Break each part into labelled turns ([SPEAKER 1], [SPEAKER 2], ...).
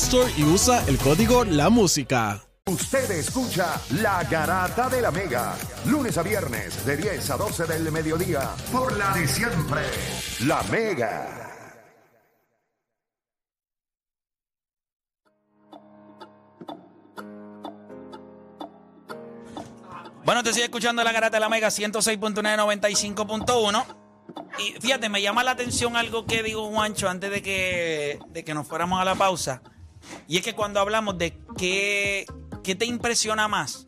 [SPEAKER 1] Store y usa el código La Música.
[SPEAKER 2] Usted escucha La Garata de la Mega, lunes a viernes de 10 a 12 del mediodía, por la de siempre, La Mega.
[SPEAKER 3] Bueno, te sigue escuchando la garata de la Mega 106.995.1. Y fíjate, me llama la atención algo que dijo Juancho antes de que, de que nos fuéramos a la pausa. Y es que cuando hablamos de qué, qué te impresiona más,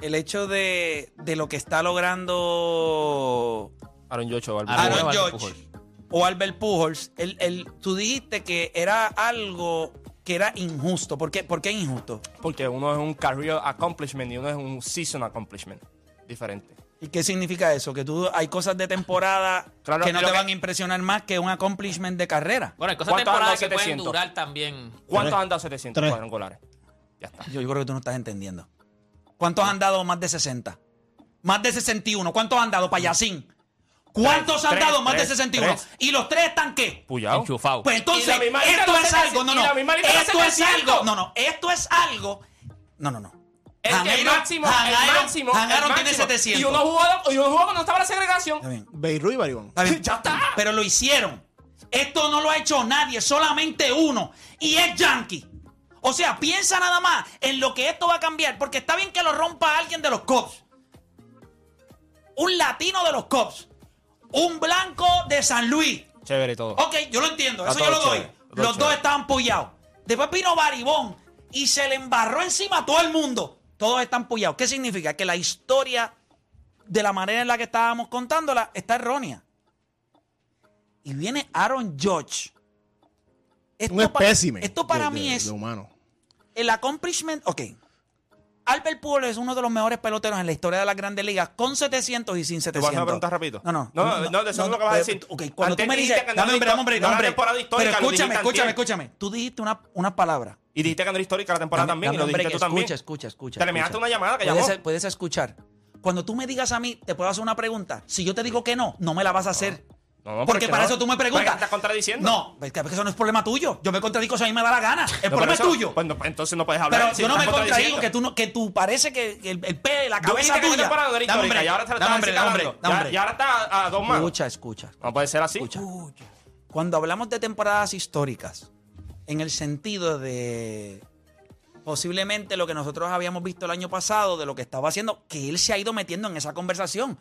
[SPEAKER 3] el hecho de, de lo que está logrando
[SPEAKER 4] Aaron Joshua o Albert
[SPEAKER 3] Aaron
[SPEAKER 4] Pujols.
[SPEAKER 3] George o Albert Pujols, el, el, tú dijiste que era algo que era injusto. ¿Por qué, ¿Por qué injusto?
[SPEAKER 4] Porque uno es un career accomplishment y uno es un season accomplishment. Diferente.
[SPEAKER 3] ¿Y qué significa eso? Que tú hay cosas de temporada
[SPEAKER 4] Claro,
[SPEAKER 3] que no
[SPEAKER 4] y lo
[SPEAKER 3] te
[SPEAKER 4] que-
[SPEAKER 3] van a impresionar más que un accomplishment de carrera.
[SPEAKER 5] Bueno, hay cosas
[SPEAKER 4] ¿Cuánto
[SPEAKER 5] temporadas
[SPEAKER 4] anda
[SPEAKER 5] que pueden
[SPEAKER 4] 700?
[SPEAKER 5] durar también.
[SPEAKER 4] ¿Cuántos
[SPEAKER 3] Tres.
[SPEAKER 4] han dado 700
[SPEAKER 3] Tres.
[SPEAKER 4] cuadrangulares? Ya está.
[SPEAKER 3] Yo, yo creo que tú no estás entendiendo. ¿Cuántos han dado más de 60? Más de 61. ¿Cuántos han dado, payasín? ¿Cuántos
[SPEAKER 4] Tres,
[SPEAKER 3] han
[SPEAKER 4] tres,
[SPEAKER 3] dado más
[SPEAKER 4] tres,
[SPEAKER 3] de 61?
[SPEAKER 4] tres.
[SPEAKER 3] ¿Y los tres están qué?
[SPEAKER 4] Puyao.
[SPEAKER 5] Enchufado.
[SPEAKER 3] Pues entonces,
[SPEAKER 4] Y la misma liga
[SPEAKER 3] esto
[SPEAKER 4] no
[SPEAKER 3] es
[SPEAKER 4] se
[SPEAKER 3] algo, no,
[SPEAKER 4] necesita-
[SPEAKER 3] no.
[SPEAKER 4] y la misma liga no
[SPEAKER 3] Esto
[SPEAKER 4] se
[SPEAKER 3] es
[SPEAKER 4] necesita.
[SPEAKER 3] algo, no, no. Esto es algo, no, no, no.
[SPEAKER 4] El,
[SPEAKER 3] Han
[SPEAKER 4] que el
[SPEAKER 3] Aaron-
[SPEAKER 4] máximo,
[SPEAKER 3] Han
[SPEAKER 4] el
[SPEAKER 3] Aaron-
[SPEAKER 4] máximo,
[SPEAKER 3] Han
[SPEAKER 4] el
[SPEAKER 3] Aaron tiene
[SPEAKER 4] máximo.
[SPEAKER 3] 700.
[SPEAKER 4] Y uno jugó, y uno jugó cuando estaba la segregación.
[SPEAKER 3] Está bien.
[SPEAKER 6] Beirut y Baribón.
[SPEAKER 3] Está bien.
[SPEAKER 4] Ya está.
[SPEAKER 3] Pero lo hicieron. Esto no lo ha hecho nadie, solamente uno. Y es Yankee. O sea, piensa nada más en lo que esto va a cambiar. Porque está bien que lo rompa alguien de los cops. Un latino de los cops. Un blanco de San Luis.
[SPEAKER 4] Chévere y todo.
[SPEAKER 3] Ok, yo lo entiendo, eso
[SPEAKER 4] Está
[SPEAKER 3] yo lo
[SPEAKER 4] todo
[SPEAKER 3] doy.
[SPEAKER 4] chévere, está todo
[SPEAKER 3] Los dos
[SPEAKER 4] chévere.
[SPEAKER 3] estaban pullados. Después vino Baribón y se le embarró encima a todo el mundo. Todos están pullados. ¿Qué significa? Que la historia, de la manera en la que estábamos contándola, está errónea. Y viene Aaron George.
[SPEAKER 6] Un
[SPEAKER 3] pa-
[SPEAKER 6] espécimen.
[SPEAKER 3] Esto para
[SPEAKER 6] de-
[SPEAKER 3] mí
[SPEAKER 6] de-
[SPEAKER 3] es
[SPEAKER 6] de humano.
[SPEAKER 3] el accomplishment. Ok. Albert Pujols es uno de los mejores peloteros en la historia de las grandes ligas, con 700 y sin
[SPEAKER 4] ¿Te vas a
[SPEAKER 3] 700.
[SPEAKER 4] preguntar rapidito?
[SPEAKER 3] No, no.
[SPEAKER 4] No, no, de eso es lo que vas a
[SPEAKER 3] pero-
[SPEAKER 4] decir.
[SPEAKER 3] Ok, cuando
[SPEAKER 4] Antes
[SPEAKER 3] tú me
[SPEAKER 4] dijiste
[SPEAKER 3] dices.
[SPEAKER 4] que
[SPEAKER 3] Dame un break,
[SPEAKER 4] no
[SPEAKER 3] hombre,
[SPEAKER 4] era
[SPEAKER 3] dame un break.
[SPEAKER 4] temporada histórica,
[SPEAKER 3] Pero
[SPEAKER 4] lo
[SPEAKER 3] escúchame,
[SPEAKER 4] dijiste
[SPEAKER 3] escúchame,
[SPEAKER 4] antier.
[SPEAKER 3] escúchame. Tú dijiste una, una palabra.
[SPEAKER 4] Y dijiste que no era histórica la temporada
[SPEAKER 3] Dame-
[SPEAKER 4] también.
[SPEAKER 3] dame
[SPEAKER 4] y lo
[SPEAKER 3] un
[SPEAKER 4] dijiste
[SPEAKER 3] break,
[SPEAKER 4] tú también.
[SPEAKER 3] Escucha, escucha, escucha.
[SPEAKER 4] Te le
[SPEAKER 3] escucha.
[SPEAKER 4] mejaste una llamada que
[SPEAKER 3] puedes,
[SPEAKER 4] llamó.
[SPEAKER 3] puedes escuchar. Cuando tú me digas a mí, te puedo hacer una pregunta. Si yo te digo que no, no me la vas a hacer.
[SPEAKER 4] No, no,
[SPEAKER 3] porque
[SPEAKER 4] porque
[SPEAKER 3] para
[SPEAKER 4] no.
[SPEAKER 3] eso tú me
[SPEAKER 4] Porque
[SPEAKER 3] preguntas.
[SPEAKER 4] estás contradiciendo.
[SPEAKER 3] No, es que eso no es problema tuyo. Yo me contradigo si a mí me da la gana. El
[SPEAKER 4] No, pero
[SPEAKER 3] problema es
[SPEAKER 4] eso-
[SPEAKER 3] tuyo.
[SPEAKER 4] pues no, entonces no puedes hablar.
[SPEAKER 3] Pero
[SPEAKER 4] si
[SPEAKER 3] yo no me
[SPEAKER 4] estás
[SPEAKER 3] contradigo
[SPEAKER 4] contradiciendo.
[SPEAKER 3] que tú, no, que tú parece que el, el pe- la
[SPEAKER 4] Tú dijiste
[SPEAKER 3] cabeza
[SPEAKER 4] que no
[SPEAKER 3] tuya.
[SPEAKER 4] era temporada, no era
[SPEAKER 3] Dame un
[SPEAKER 4] histórica,
[SPEAKER 3] break,
[SPEAKER 4] Y ahora te la
[SPEAKER 3] dame un
[SPEAKER 4] estás
[SPEAKER 3] break, dame un
[SPEAKER 4] acicalando.
[SPEAKER 3] break, dame un
[SPEAKER 4] Ya-
[SPEAKER 3] break.
[SPEAKER 4] Y ahora estás a, a dos más.
[SPEAKER 3] Escucha, escucha.
[SPEAKER 4] No puede ser así.
[SPEAKER 3] Escucha. Cuando hablamos de temporadas históricas, en el sentido de posiblemente lo que nosotros habíamos visto el año pasado, de lo que estaba haciendo, que él se ha ido metiendo en esa conversación.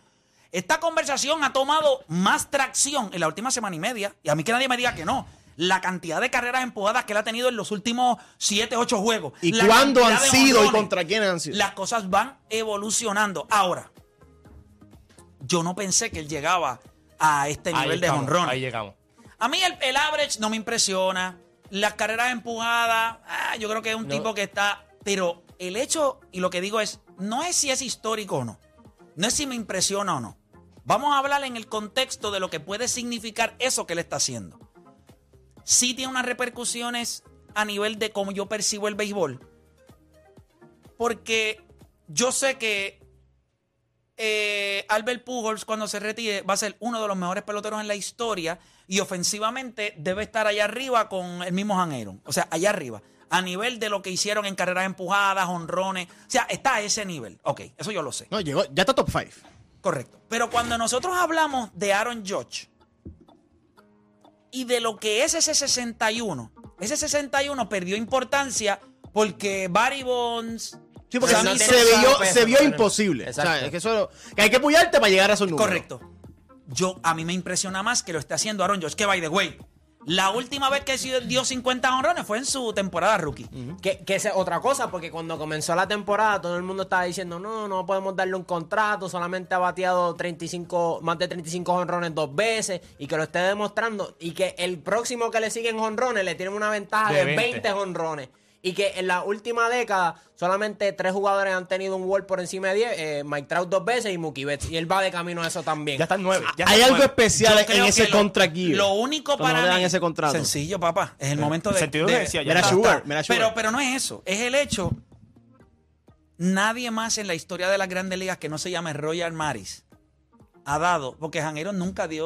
[SPEAKER 3] Esta conversación ha tomado más tracción en la última semana y media, y a mí que nadie me diga que no. La cantidad de carreras empujadas que él ha tenido en los últimos 7, 8 juegos.
[SPEAKER 6] ¿Y
[SPEAKER 3] la
[SPEAKER 6] cuándo han
[SPEAKER 3] cantidad de
[SPEAKER 6] sido y
[SPEAKER 3] jonrones.
[SPEAKER 6] contra quiénes han sido?
[SPEAKER 3] Las cosas van evolucionando. Ahora, yo no pensé que él llegaba a este
[SPEAKER 4] Ahí
[SPEAKER 3] nivel de
[SPEAKER 4] estamos,
[SPEAKER 3] jonrón.
[SPEAKER 4] Ahí llegamos.
[SPEAKER 3] A mí el, el average no me impresiona. Las carreras empujadas, ah, yo creo que es un tipo que está. Pero el hecho, y lo que digo es, no es si es histórico o no. No es si me impresiona o no. Vamos a hablar en el contexto de lo que puede significar eso que él está haciendo. Sí tiene unas repercusiones a nivel de cómo yo percibo el béisbol. Porque yo sé que eh, Albert Pujols cuando se retire va a ser uno de los mejores peloteros en la historia y ofensivamente debe estar allá arriba con el mismo Han Aaron. O sea, allá arriba. A nivel de lo que hicieron en carreras empujadas, honrones. O sea, está a ese nivel. Ok, eso yo lo sé.
[SPEAKER 6] No, llegó, ya está top 5.
[SPEAKER 3] Correcto. Pero cuando nosotros hablamos de Aaron Judge, Y de lo que es ese 61, ese 61 perdió importancia porque Barry Bonds.
[SPEAKER 6] Sí, porque
[SPEAKER 3] Sammy
[SPEAKER 6] se,
[SPEAKER 4] Exacto.
[SPEAKER 3] Sosa-
[SPEAKER 6] se vio,
[SPEAKER 4] Exacto.
[SPEAKER 6] se vio imposible.
[SPEAKER 4] Exacto.
[SPEAKER 6] O sea, es que, eso, que hay que apoyarte para llegar a esos números.
[SPEAKER 3] Correcto. Yo, a mí me impresiona más que lo esté haciendo Aaron George. Que, by the way, la última vez que dio 50 honrones fue en su temporada rookie.
[SPEAKER 5] Que, que esa es otra cosa, porque cuando comenzó la temporada todo el mundo estaba diciendo, no, no podemos darle un contrato, solamente ha bateado 35, más de 35 honrones dos veces y que lo esté demostrando y que el próximo que le siguen honrones le tienen una ventaja
[SPEAKER 4] De
[SPEAKER 5] de
[SPEAKER 4] 20.
[SPEAKER 5] 20 honrones. Y que en la última década solamente tres jugadores han tenido un wall por encima de 10, eh, Mike Trout dos veces y Mookie Betts. Y él va de camino a eso también.
[SPEAKER 4] Ya están nueve. ya
[SPEAKER 6] Hay
[SPEAKER 4] están
[SPEAKER 6] algo
[SPEAKER 4] nueve.
[SPEAKER 3] Yo
[SPEAKER 6] especial en
[SPEAKER 3] creo que
[SPEAKER 6] ese
[SPEAKER 3] lo-
[SPEAKER 6] contract year.
[SPEAKER 3] Lo único
[SPEAKER 6] Cuando
[SPEAKER 3] para.
[SPEAKER 6] no le dan
[SPEAKER 3] mí-
[SPEAKER 6] ese contrato. Eh,
[SPEAKER 3] Sencillo, papá. Es el momento de.
[SPEAKER 4] sentido
[SPEAKER 3] de-
[SPEAKER 4] decía, ya
[SPEAKER 6] Mira
[SPEAKER 4] está.
[SPEAKER 6] Sugar, mira Sugar.
[SPEAKER 3] Pero, pero no es eso. Es el hecho. Nadie más en la historia de las grandes ligas que no se llame Royal Maris ha dado. Porque Janeiro nunca dio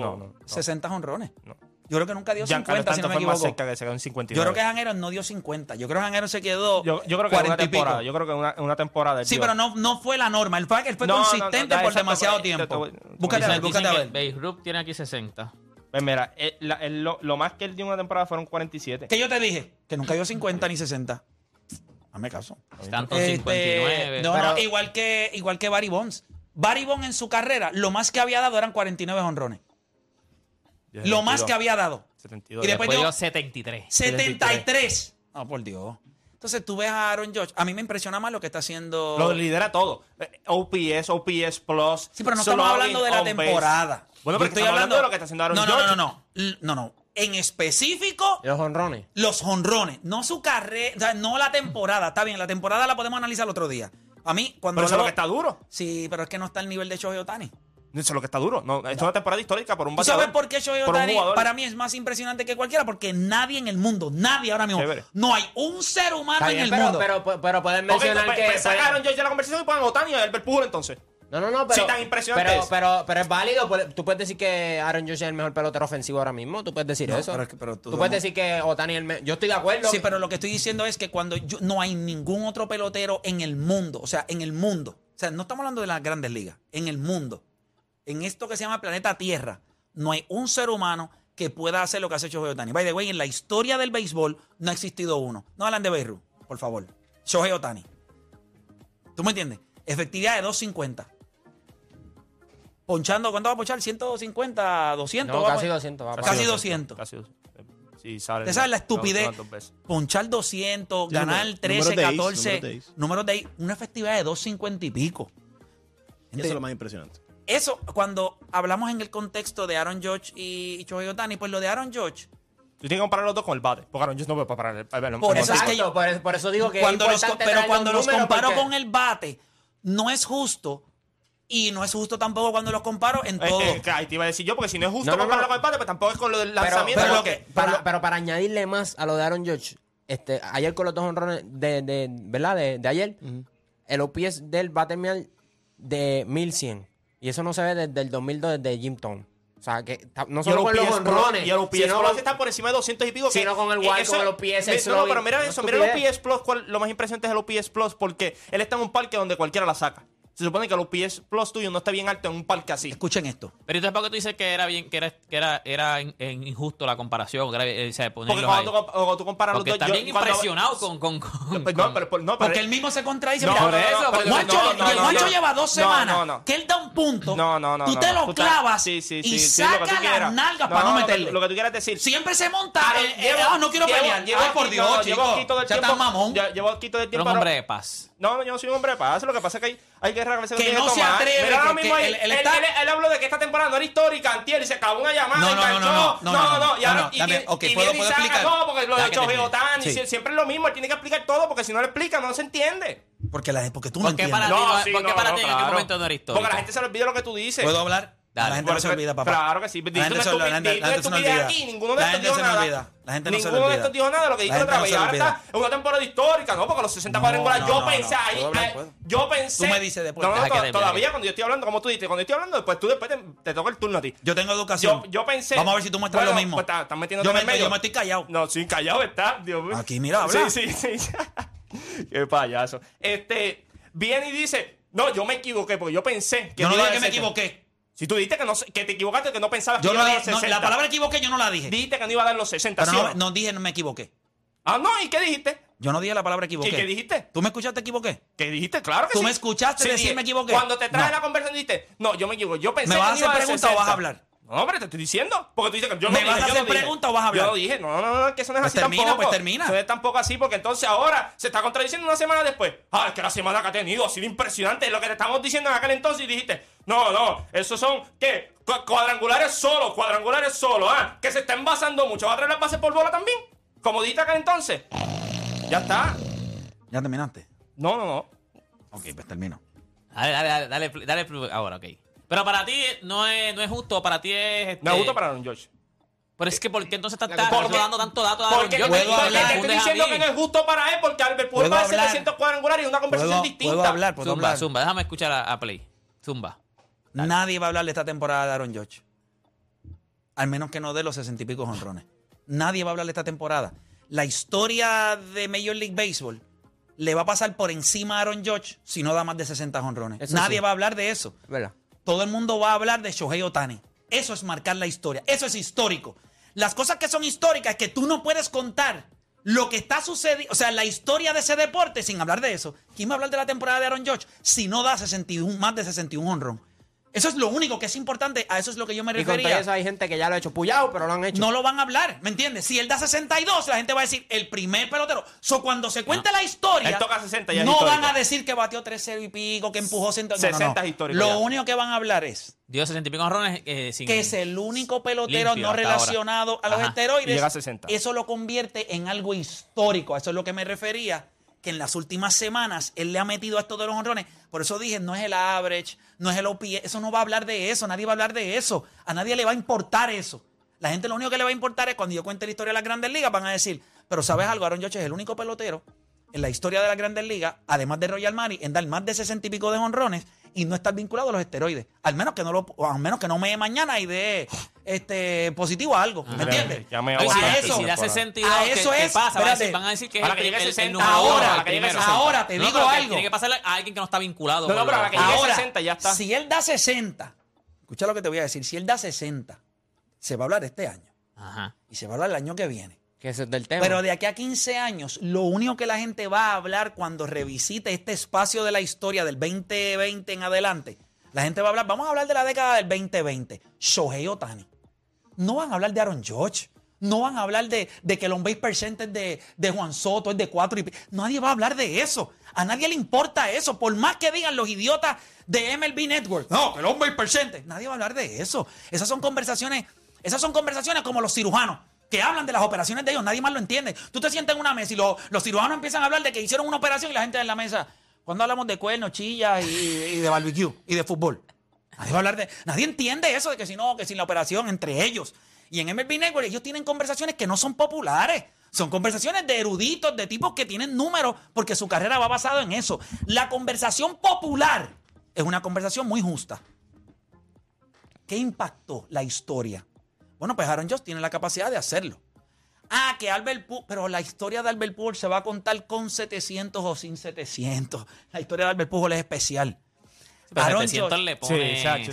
[SPEAKER 4] No, no, no.
[SPEAKER 3] 60 honrones.
[SPEAKER 4] No.
[SPEAKER 3] Yo creo que nunca dio
[SPEAKER 4] Giancarlo
[SPEAKER 3] 50, si no
[SPEAKER 4] Stanton
[SPEAKER 3] me
[SPEAKER 4] fue más
[SPEAKER 3] equivoco.
[SPEAKER 4] cerca que se quedó en 59.
[SPEAKER 3] Yo creo que Janeiro no dio 50. Yo creo que Janeiro se quedó.
[SPEAKER 4] Yo, yo creo que en una
[SPEAKER 3] 40 y pico.
[SPEAKER 4] temporada. Yo creo que en una, en una temporada. él
[SPEAKER 3] Sí,
[SPEAKER 4] dio-
[SPEAKER 3] pero no, no fue la norma. Él fue, él fue
[SPEAKER 4] No, no, no,
[SPEAKER 3] consistente
[SPEAKER 4] ya,
[SPEAKER 3] por
[SPEAKER 4] exacto, pues,
[SPEAKER 3] demasiado
[SPEAKER 4] por ahí, te- te
[SPEAKER 3] tiempo.
[SPEAKER 4] voy-
[SPEAKER 3] Búscate a ver,
[SPEAKER 7] Dicen-
[SPEAKER 3] búscate a
[SPEAKER 7] dicen
[SPEAKER 3] ver.
[SPEAKER 7] que Babe Ruth tiene aquí 60.
[SPEAKER 4] Pues mira, él- la- él lo, lo más que él dio en una temporada fueron 47.
[SPEAKER 3] Que yo te dije que nunca dio 50 ni 60. Hazme caso.
[SPEAKER 7] Stanton
[SPEAKER 3] Este,
[SPEAKER 7] 59.
[SPEAKER 3] no,
[SPEAKER 5] pero-
[SPEAKER 3] no, igual que, igual que Barry Bonds. Barry Bonds en su carrera, lo más que había dado eran 49 honrones. Lo más que había dado.
[SPEAKER 4] 72.
[SPEAKER 3] Y después
[SPEAKER 7] Después
[SPEAKER 3] dio
[SPEAKER 7] dio 73.
[SPEAKER 3] 73. No, Ah, por Dios. Entonces tú ves a Aaron George. A mí me impresiona más lo que está haciendo.
[SPEAKER 4] Lo lidera todo. Eh, OPS, OPS Plus.
[SPEAKER 3] Sí, pero no estamos hablando de la
[SPEAKER 4] on base.
[SPEAKER 3] temporada.
[SPEAKER 4] Bueno,
[SPEAKER 3] Yo
[SPEAKER 4] pero estamos hablando de lo que está haciendo Aaron
[SPEAKER 3] no,
[SPEAKER 4] George.
[SPEAKER 3] No, no, no, L- no. no. En específico,
[SPEAKER 5] Los honrones.
[SPEAKER 3] los honrones. No su carrera, o sea, no la temporada. Está bien, la temporada la podemos analizar otro día. A mí, cuando.
[SPEAKER 4] Pero eso es lo
[SPEAKER 3] hablamos-
[SPEAKER 4] que está duro.
[SPEAKER 3] Sí, pero es que no está al nivel de Shohei Otani.
[SPEAKER 4] Eso es lo que está duro. No, es una temporada histórica por un
[SPEAKER 3] ¿Tú
[SPEAKER 4] bateador.
[SPEAKER 3] sabes por qué Shohei
[SPEAKER 4] por un
[SPEAKER 3] Otani
[SPEAKER 4] jugador.
[SPEAKER 3] para mí es más impresionante que cualquiera? Porque nadie en el mundo, nadie ahora mismo,
[SPEAKER 4] Chévere.
[SPEAKER 3] no hay un ser humano
[SPEAKER 5] Está
[SPEAKER 3] en
[SPEAKER 5] bien,
[SPEAKER 3] el
[SPEAKER 5] pero,
[SPEAKER 3] mundo.
[SPEAKER 5] pero, pero, pueden
[SPEAKER 4] Ok,
[SPEAKER 5] mencionar
[SPEAKER 4] pues,
[SPEAKER 5] que...
[SPEAKER 4] pues
[SPEAKER 5] pueden-
[SPEAKER 4] sacaron George de la conversación y ponen a Otani y a Albert Pujols entonces.
[SPEAKER 5] No, no, no, pero.
[SPEAKER 4] Sí, tan impresionante
[SPEAKER 5] Pero,
[SPEAKER 4] es.
[SPEAKER 5] pero, pero es válido. pues, Tú puedes decir que Aaron Josh es el mejor pelotero ofensivo ahora mismo. Tú puedes decir
[SPEAKER 3] No,
[SPEAKER 5] eso.
[SPEAKER 3] pero es que- pero tú
[SPEAKER 5] tú
[SPEAKER 3] no-
[SPEAKER 5] puedes decir que Otani es el mejor. Yo estoy de acuerdo.
[SPEAKER 3] Sí, pero lo que estoy diciendo es que cuando yo- no hay ningún otro pelotero en el mundo, o sea, en el mundo, o sea, no estamos hablando de las grandes ligas, en el mundo, en esto que se llama planeta Tierra, no hay un ser humano que pueda hacer lo que ha hecho Shohei Otani. By the way, en la historia del béisbol no ha existido uno. No hablan de Beirut, por favor. Shohei Otani. ¿Tú me entiendes? Efectividad de 250. Ponchando, ¿cuánto va a ponchar? ¿150? ¿200?
[SPEAKER 5] No,
[SPEAKER 3] va a
[SPEAKER 5] casi
[SPEAKER 3] pon-
[SPEAKER 5] 200 va a
[SPEAKER 3] Casi
[SPEAKER 5] poner.
[SPEAKER 3] 200.
[SPEAKER 4] Casi 200. Sí, sale.
[SPEAKER 3] Usted sabe la
[SPEAKER 4] No,
[SPEAKER 3] estupidez.
[SPEAKER 4] no, dos veces.
[SPEAKER 3] Ponchar 200,
[SPEAKER 6] Sí,
[SPEAKER 3] ganar
[SPEAKER 6] número-
[SPEAKER 3] 13,
[SPEAKER 6] números de ace,
[SPEAKER 3] 14.
[SPEAKER 6] números de ace.
[SPEAKER 3] Números de ace, Una efectividad de 250 y pico.
[SPEAKER 6] Y Eso es lo más impresionante.
[SPEAKER 3] Eso, cuando hablamos en el contexto de Aaron George y Shohei Otani, pues lo de Aaron George,
[SPEAKER 4] Tú tienes que comparar los dos con el bate. Porque Aaron Judge no puede comparar el, el, el-
[SPEAKER 3] Por
[SPEAKER 4] el
[SPEAKER 3] eso es
[SPEAKER 4] bate.
[SPEAKER 3] que yo-
[SPEAKER 5] Exacto, por, eso- por eso digo que. es
[SPEAKER 3] cuando los,
[SPEAKER 5] importante
[SPEAKER 3] pero
[SPEAKER 5] traer
[SPEAKER 3] cuando los
[SPEAKER 5] números
[SPEAKER 3] comparo
[SPEAKER 5] porque-
[SPEAKER 3] con el bate, no es justo. Y no es justo tampoco cuando los comparo en
[SPEAKER 4] Eh,
[SPEAKER 3] todo.
[SPEAKER 4] eh, que ahí te iba a decir yo, porque si no es justo
[SPEAKER 5] No, no,
[SPEAKER 4] compararlo
[SPEAKER 5] no.
[SPEAKER 4] con el bate, pues tampoco es con lo del
[SPEAKER 5] Pero,
[SPEAKER 4] lanzamiento.
[SPEAKER 5] pero,
[SPEAKER 3] lo
[SPEAKER 4] porque-
[SPEAKER 3] que- para-
[SPEAKER 5] para, pero para añadirle más a lo de Aaron Judge, este, ayer con los dos honrones de, de- ¿verdad? De, de ayer, el OPS del va a terminar de 1100. Y eso no se ve desde el 2002, desde Jim Tom. O sea, que ta- no
[SPEAKER 4] Y el
[SPEAKER 5] solo con los
[SPEAKER 4] OPS pro-
[SPEAKER 5] honrones,
[SPEAKER 4] Y el OPS
[SPEAKER 5] sino
[SPEAKER 4] Plus
[SPEAKER 5] con-
[SPEAKER 4] está por encima de 200 y pico.
[SPEAKER 5] sino
[SPEAKER 4] que-
[SPEAKER 5] con el
[SPEAKER 4] eh,
[SPEAKER 5] walk,
[SPEAKER 4] eso-
[SPEAKER 5] con el OPS,
[SPEAKER 4] me-
[SPEAKER 5] el
[SPEAKER 4] No, no,
[SPEAKER 5] slow
[SPEAKER 4] pero
[SPEAKER 5] y-
[SPEAKER 4] mira
[SPEAKER 5] una
[SPEAKER 4] eso. Mira el
[SPEAKER 5] estupidez.
[SPEAKER 4] OPS Plus. cuál- lo más impresionante es el OPS Plus porque él está en un parque donde cualquiera la saca. Se supone que el OPS Plus tuyo no está bien alto en un parque así.
[SPEAKER 3] Escuchen esto.
[SPEAKER 7] Pero entonces, ¿para qué tú dices que era bien, que era, que era, era in- in- injusto la comparación? Que era, eh, o sea,
[SPEAKER 4] Porque
[SPEAKER 7] ponerlos
[SPEAKER 4] cuando,
[SPEAKER 7] ahí.
[SPEAKER 4] tú comp- cuando tú comparas
[SPEAKER 7] Porque
[SPEAKER 4] los dos.
[SPEAKER 7] está
[SPEAKER 4] yo-
[SPEAKER 7] bien
[SPEAKER 4] cuando-
[SPEAKER 7] impresionado con... con, con-
[SPEAKER 4] Pues No, pero. no, pero-
[SPEAKER 3] Porque él mismo se contradice.
[SPEAKER 4] No,
[SPEAKER 3] Mira,
[SPEAKER 4] no, no,
[SPEAKER 7] eso,
[SPEAKER 4] pero-
[SPEAKER 7] Juancho-
[SPEAKER 3] Guacho,
[SPEAKER 4] no, no,
[SPEAKER 3] el
[SPEAKER 4] no,
[SPEAKER 3] guacho
[SPEAKER 4] no.
[SPEAKER 3] lleva dos
[SPEAKER 4] No,
[SPEAKER 3] semanas
[SPEAKER 4] no, no.
[SPEAKER 3] que él da un punto.
[SPEAKER 4] No, no, no.
[SPEAKER 3] Tú te
[SPEAKER 4] no,
[SPEAKER 3] lo
[SPEAKER 4] no. estás-
[SPEAKER 3] clavas
[SPEAKER 4] Sí, sí,
[SPEAKER 3] y
[SPEAKER 4] sí, sí, lo que tú
[SPEAKER 3] saca las
[SPEAKER 4] quieras.
[SPEAKER 3] nalgas para no
[SPEAKER 4] lo que-
[SPEAKER 3] meterle.
[SPEAKER 4] Lo que tú quieras decir.
[SPEAKER 3] Siempre se monta.
[SPEAKER 4] Claro,
[SPEAKER 3] eh, eh,
[SPEAKER 4] llevo-
[SPEAKER 3] ah, no quiero
[SPEAKER 4] llevo-
[SPEAKER 3] pelear.
[SPEAKER 4] llevo
[SPEAKER 3] Ay,
[SPEAKER 4] aquí-
[SPEAKER 3] por Dios,
[SPEAKER 4] no, no,
[SPEAKER 3] chico.
[SPEAKER 4] Llevo aquí todo el
[SPEAKER 3] Ya
[SPEAKER 4] tiempo.
[SPEAKER 3] estás mamón.
[SPEAKER 4] ya- Llevo aquí todo el
[SPEAKER 7] Pero
[SPEAKER 4] tiempo.
[SPEAKER 7] un hombre de paz.
[SPEAKER 4] No, no, yo no soy un hombre de paz. Lo que pasa es que hay, hay guerras a veces
[SPEAKER 3] Que
[SPEAKER 4] tiene
[SPEAKER 3] no se
[SPEAKER 4] tomar.
[SPEAKER 3] atreve,
[SPEAKER 4] Mira, ahora
[SPEAKER 3] que-
[SPEAKER 4] mismo
[SPEAKER 3] que
[SPEAKER 4] ahí,
[SPEAKER 3] él-
[SPEAKER 4] él,
[SPEAKER 3] él
[SPEAKER 4] él,
[SPEAKER 3] está-
[SPEAKER 4] él habló de que esta temporada no era histórica, Antier, y se acabó una llamada.
[SPEAKER 3] No,
[SPEAKER 4] y
[SPEAKER 3] no, no,
[SPEAKER 4] enganchó.
[SPEAKER 3] no, no, no, no, no,
[SPEAKER 4] Y ahora,
[SPEAKER 3] no,
[SPEAKER 4] y,
[SPEAKER 3] está bien,
[SPEAKER 4] viene-
[SPEAKER 3] ok,
[SPEAKER 4] y
[SPEAKER 3] puedo-
[SPEAKER 4] viene y
[SPEAKER 3] puedo
[SPEAKER 4] saca
[SPEAKER 3] explicar.
[SPEAKER 4] todo porque lo
[SPEAKER 7] Ya
[SPEAKER 4] de
[SPEAKER 7] que
[SPEAKER 4] Choji
[SPEAKER 7] termine.
[SPEAKER 4] Otani.
[SPEAKER 3] Sí.
[SPEAKER 4] sie- Siempre es lo mismo, él tiene que explicar todo porque si no lo explica, no se entiende.
[SPEAKER 3] Porque, la, porque tú no
[SPEAKER 7] ¿Por qué
[SPEAKER 3] entiendes.
[SPEAKER 7] para ti
[SPEAKER 4] No,
[SPEAKER 7] no-
[SPEAKER 4] sí,
[SPEAKER 7] por qué
[SPEAKER 4] no,
[SPEAKER 7] para
[SPEAKER 4] no,
[SPEAKER 7] ti en
[SPEAKER 4] claro.
[SPEAKER 7] aquel momento no era histórico?
[SPEAKER 4] Porque la gente se le olvida lo que tú dices.
[SPEAKER 3] ¿Puedo hablar?
[SPEAKER 7] Dale.
[SPEAKER 3] la gente no se
[SPEAKER 4] Bueno,
[SPEAKER 3] olvida, papá.
[SPEAKER 4] Claro que sí.
[SPEAKER 3] La gente
[SPEAKER 4] Dijiste
[SPEAKER 3] se- la
[SPEAKER 4] una
[SPEAKER 3] gente- la
[SPEAKER 4] estupidez
[SPEAKER 3] gente se nos
[SPEAKER 4] estupidez
[SPEAKER 3] olvida.
[SPEAKER 4] aquí. Ninguno de
[SPEAKER 3] La
[SPEAKER 4] estos
[SPEAKER 3] gente
[SPEAKER 4] dijo
[SPEAKER 3] se nos
[SPEAKER 4] nada.
[SPEAKER 3] olvida. La gente no se
[SPEAKER 4] Ninguno
[SPEAKER 3] olvida.
[SPEAKER 4] de estos dijo nada. Lo que
[SPEAKER 3] La
[SPEAKER 4] dijo
[SPEAKER 3] gente
[SPEAKER 4] otra
[SPEAKER 3] no
[SPEAKER 4] vez. Y
[SPEAKER 3] se
[SPEAKER 4] ahora
[SPEAKER 3] olvida.
[SPEAKER 4] está en una temporada histórica, ¿no? Porque los 60
[SPEAKER 3] No,
[SPEAKER 4] cuadrangulares.
[SPEAKER 3] no,
[SPEAKER 4] Yo
[SPEAKER 3] no,
[SPEAKER 4] pensé
[SPEAKER 3] no.
[SPEAKER 4] ahí.
[SPEAKER 3] Puedo hablar,
[SPEAKER 4] eh,
[SPEAKER 3] puedo.
[SPEAKER 4] Yo pensé.
[SPEAKER 3] Tú me dices después.
[SPEAKER 4] No, no,
[SPEAKER 7] Deja que
[SPEAKER 4] to-
[SPEAKER 7] termine,
[SPEAKER 4] todavía
[SPEAKER 7] deja que-
[SPEAKER 4] cuando yo estoy hablando, como tú dices, cuando estoy hablando, después tú después te, te toca el turno a ti.
[SPEAKER 3] Yo tengo educación.
[SPEAKER 4] Yo- yo pensé-
[SPEAKER 3] Vamos a ver si tú muestras lo
[SPEAKER 4] Bueno,
[SPEAKER 3] mismo.
[SPEAKER 4] pues, está- estás metiéndote
[SPEAKER 3] yo,
[SPEAKER 4] en
[SPEAKER 3] me,
[SPEAKER 4] el medio.
[SPEAKER 3] yo me estoy callado.
[SPEAKER 4] No, sí, callado está. Dios mío.
[SPEAKER 3] Aquí, mira, habla.
[SPEAKER 4] Sí, sí, sí. Qué payaso. Este, viene y dice, no, yo me equivoqué porque yo pensé que...
[SPEAKER 3] yo no
[SPEAKER 4] iba
[SPEAKER 3] dije
[SPEAKER 4] a
[SPEAKER 3] que me
[SPEAKER 4] decirte".
[SPEAKER 3] equivoqué.
[SPEAKER 4] Si tú dijiste que, no, se- que te equivocaste, que no pensabas
[SPEAKER 3] Yo
[SPEAKER 4] que
[SPEAKER 3] no
[SPEAKER 4] iba a
[SPEAKER 3] dije-
[SPEAKER 4] dar
[SPEAKER 3] no,
[SPEAKER 4] 60.
[SPEAKER 3] la palabra equivoqué yo no la dije.
[SPEAKER 4] Dijiste que no iba a dar los 60.
[SPEAKER 3] pero
[SPEAKER 4] ¿sí o
[SPEAKER 3] no,
[SPEAKER 4] no?
[SPEAKER 3] no dije, no me equivoqué.
[SPEAKER 4] Ah, no, ¿y qué dijiste?
[SPEAKER 3] Yo no dije la palabra equivoqué.
[SPEAKER 4] ¿Y qué dijiste?
[SPEAKER 3] ¿Tú me escuchaste equivoqué?
[SPEAKER 4] ¿Qué dijiste? Claro que
[SPEAKER 3] ¿Tú
[SPEAKER 4] sí.
[SPEAKER 3] me escuchaste
[SPEAKER 4] Sí,
[SPEAKER 3] decir
[SPEAKER 4] dije,
[SPEAKER 3] me equivoqué?
[SPEAKER 4] Cuando te traes
[SPEAKER 3] No.
[SPEAKER 4] la conversación dijiste, no, yo me equivoqué. Yo pensé
[SPEAKER 3] ¿Me vas a
[SPEAKER 4] que no iba
[SPEAKER 3] hacer
[SPEAKER 4] dar
[SPEAKER 3] pregunta o vas a
[SPEAKER 4] 60.
[SPEAKER 3] hablar?
[SPEAKER 4] No, pero te estoy diciendo. Porque tú dices que yo no
[SPEAKER 3] ¿Me
[SPEAKER 4] dije,
[SPEAKER 3] vas a
[SPEAKER 4] yo
[SPEAKER 3] hacer
[SPEAKER 4] no dije.
[SPEAKER 3] pregunta o vas a hablar?
[SPEAKER 4] Yo no dije, no, no, no, que eso no es
[SPEAKER 3] Pues
[SPEAKER 4] así
[SPEAKER 3] termina,
[SPEAKER 4] tampoco.
[SPEAKER 3] pues termina.
[SPEAKER 4] Eso es tampoco así porque entonces ahora se está contradiciendo una semana después. Ah, es que la semana que ha tenido ha sido impresionante. Lo que te estamos diciendo en aquel entonces y dijiste, no, no, esos son, ¿qué? Cu- Cuadrangulares solo, cuadrangulares solo. Ah, que se está envasando mucho. ¿Va a traer las bases por bola también? Como dijiste aquel entonces. Ya está.
[SPEAKER 3] ¿Ya terminaste?
[SPEAKER 4] No, no, no.
[SPEAKER 3] Ok, pues termino.
[SPEAKER 7] Dale, dale, dale, dale, pl- dale pl- ahora, ok. Pero para ti no es, no es justo, para ti es... este,
[SPEAKER 4] No
[SPEAKER 3] Eh,
[SPEAKER 4] es justo para Aaron George.
[SPEAKER 7] Pero es que ¿por qué entonces estás
[SPEAKER 4] ¿Por
[SPEAKER 7] estás
[SPEAKER 4] qué?
[SPEAKER 7] dando tanto dato a Aaron
[SPEAKER 4] Porque,
[SPEAKER 7] George?
[SPEAKER 4] porque
[SPEAKER 3] puedo
[SPEAKER 4] te
[SPEAKER 3] hablar.
[SPEAKER 4] estoy diciendo que no es justo para él porque Albert Pujols
[SPEAKER 3] Puedo
[SPEAKER 4] va a
[SPEAKER 3] hablar.
[SPEAKER 4] 700 cuadrangulares y una conversación
[SPEAKER 3] ¿Puedo,
[SPEAKER 4] distinta.
[SPEAKER 3] puedo hablar? ¿Puedo
[SPEAKER 7] Zumba,
[SPEAKER 3] Pues hablar?
[SPEAKER 7] zumba, déjame escuchar a, a Play. Zumba.
[SPEAKER 3] Nadie va a hablar de esta temporada de Aaron George. Al menos que no dé los sesenta y pico honrones. Nadie va a hablar de esta temporada. La historia de Major League Baseball le va a pasar por encima a Aaron George si no da más de 60 honrones.
[SPEAKER 5] Eso
[SPEAKER 3] Nadie
[SPEAKER 5] sí.
[SPEAKER 3] va a hablar de eso.
[SPEAKER 5] ¿Verdad?
[SPEAKER 3] Todo el mundo va a hablar de Shohei Otani. Eso es marcar la historia. Eso es histórico. Las cosas que son históricas es que tú no puedes contar lo que está sucediendo, o sea, la historia de ese deporte sin hablar de eso. ¿Quién va a hablar de la temporada de Aaron George si no da 61, más de 61 honrón? Eso es lo único que es importante. A eso es lo que yo me
[SPEAKER 5] Y con todo
[SPEAKER 3] refería.
[SPEAKER 5] eso hay gente que ya lo ha hecho pullado, pero lo han hecho.
[SPEAKER 3] No lo van a hablar, ¿me entiendes? Si él da 62, la gente va a decir el primer pelotero. So, cuando se cuenta la historia,
[SPEAKER 4] Él toca 60 y es
[SPEAKER 3] no
[SPEAKER 4] histórico.
[SPEAKER 3] van a decir que batió 3-0 y pico, que empujó 100. No, no, no.
[SPEAKER 4] 60 es histórico
[SPEAKER 3] Lo
[SPEAKER 4] ya.
[SPEAKER 3] único que van a hablar es
[SPEAKER 7] Dio 60 y pico honrones eh, sin...
[SPEAKER 3] que es el único pelotero
[SPEAKER 7] Limpio
[SPEAKER 3] no
[SPEAKER 7] hasta ahora.
[SPEAKER 3] relacionado a los
[SPEAKER 7] Ajá.
[SPEAKER 3] esteroides.
[SPEAKER 4] Y llega a 60.
[SPEAKER 3] Eso lo convierte en algo histórico. A eso es lo que me refería, que en las últimas semanas él le ha metido a esto de los honrones. Por eso dije, no es el average, no es el OPS. Eso no va a hablar de eso, nadie va a hablar de eso. A nadie le va a importar eso. La gente lo único que le va a importar es cuando yo cuente la historia de las grandes ligas, van a decir, pero ¿sabes algo? Aaron George es el único pelotero en la historia de las grandes ligas, además de Royal Mari, en dar más de 60 y pico de honrones y no estar vinculado a los esteroides. Al menos que no lo, o al menos que no me dé mañana y dé este positivo a algo. ¿Me entiendes?
[SPEAKER 4] ya me
[SPEAKER 7] No,
[SPEAKER 4] hago
[SPEAKER 7] y si,
[SPEAKER 4] la
[SPEAKER 3] a
[SPEAKER 7] y
[SPEAKER 3] eso,
[SPEAKER 7] si da
[SPEAKER 4] temporada.
[SPEAKER 7] 62,
[SPEAKER 3] a
[SPEAKER 7] ¿qué-
[SPEAKER 3] Ah, eso
[SPEAKER 7] qué
[SPEAKER 3] es,
[SPEAKER 7] pasa? Van a decir,
[SPEAKER 3] espérate.
[SPEAKER 7] van a decir que es
[SPEAKER 4] Ahora
[SPEAKER 7] el,
[SPEAKER 4] que llegue
[SPEAKER 7] el- el
[SPEAKER 4] 60,
[SPEAKER 7] número uno,
[SPEAKER 3] ahora,
[SPEAKER 7] la que llegue
[SPEAKER 4] ahora,
[SPEAKER 7] 60.
[SPEAKER 3] ahora te
[SPEAKER 7] No,
[SPEAKER 3] digo
[SPEAKER 7] pero que
[SPEAKER 3] algo.
[SPEAKER 7] Tiene que pasar a alguien que no está vinculado.
[SPEAKER 4] No, no,
[SPEAKER 7] con
[SPEAKER 4] pero
[SPEAKER 7] lo-
[SPEAKER 4] la que llegue
[SPEAKER 3] Ahora,
[SPEAKER 4] 60 ya está.
[SPEAKER 3] si él da 60, escucha lo que te voy a decir, si él da 60, se va a hablar este año
[SPEAKER 7] Ajá.
[SPEAKER 3] y se va a hablar el año que viene.
[SPEAKER 5] Que ese es del tema.
[SPEAKER 3] Pero de aquí a 15 años, lo único que la gente va a hablar cuando revisite este espacio de la historia del 2020 en adelante, la gente va a hablar, vamos a hablar de la década del 2020, Shohei Otani. No van a hablar de Aaron George. No van a hablar de, de que el on-base percentage de, de Juan Soto es de 4 y... pi- Nadie va a hablar de eso. A nadie le importa eso. Por más que digan los idiotas de MLB Network. No, que el on-base percentage. Nadie va a hablar de eso. Esas son conversaciones... Esas son conversaciones como los cirujanos que hablan de las operaciones de ellos. Nadie más lo entiende. Tú te sientas en una mesa y los, los cirujanos empiezan a hablar de que hicieron una operación y la gente en la mesa... cuando hablamos de cuernos, chillas y, y de barbecue y de fútbol? Nadie va a hablar de. Nadie entiende eso de que si no, que sin la operación entre ellos. Y en MLB Network ellos tienen conversaciones que no son populares. Son conversaciones de eruditos, de tipos que tienen números, porque su carrera va basada en eso. La conversación popular es una conversación muy justa. ¿Qué impactó la historia? Bueno, pues Aaron Josh tiene la capacidad de hacerlo. Ah, que Albert Pujols, pero la historia de Albert Pujols se va a contar con 700 o sin 700. La historia de Albert Pujols es especial.
[SPEAKER 7] Pero
[SPEAKER 3] Aaron
[SPEAKER 7] 700
[SPEAKER 3] George-
[SPEAKER 7] le pone...
[SPEAKER 4] Sí, chacho,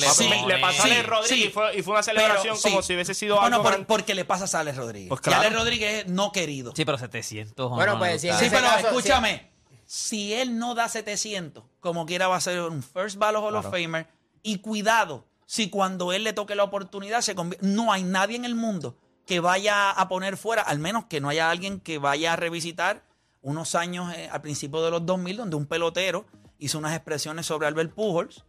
[SPEAKER 4] 700.
[SPEAKER 7] le
[SPEAKER 4] Papi,
[SPEAKER 3] Sí,
[SPEAKER 7] pone-
[SPEAKER 4] le pasa a
[SPEAKER 3] sí,
[SPEAKER 4] Ale Rodríguez
[SPEAKER 3] sí.
[SPEAKER 4] y, fue, y fue una celebración
[SPEAKER 3] Pero, sí.
[SPEAKER 4] como si hubiese sido
[SPEAKER 3] Bueno,
[SPEAKER 4] algo
[SPEAKER 3] por-
[SPEAKER 4] grande.
[SPEAKER 3] porque le pasas a Alex Rodríguez.
[SPEAKER 4] Pues
[SPEAKER 3] Y
[SPEAKER 4] claro.
[SPEAKER 3] Alex Rodríguez es no querido. Sí,
[SPEAKER 7] Sí, pero 700
[SPEAKER 5] Bueno,
[SPEAKER 7] honrones,
[SPEAKER 5] pues, sí,
[SPEAKER 7] está-
[SPEAKER 5] sí,
[SPEAKER 3] pero
[SPEAKER 5] caso,
[SPEAKER 3] escúchame. Si él no da 700, como quiera va a ser un first ballot Hall of Famer. Y cuidado, si cuando él le toque la oportunidad, se convi- no hay nadie en el mundo que vaya a poner fuera, al menos que no haya alguien que vaya a revisitar unos años eh, al principio de los 2000, donde un pelotero hizo unas expresiones sobre Albert Pujols.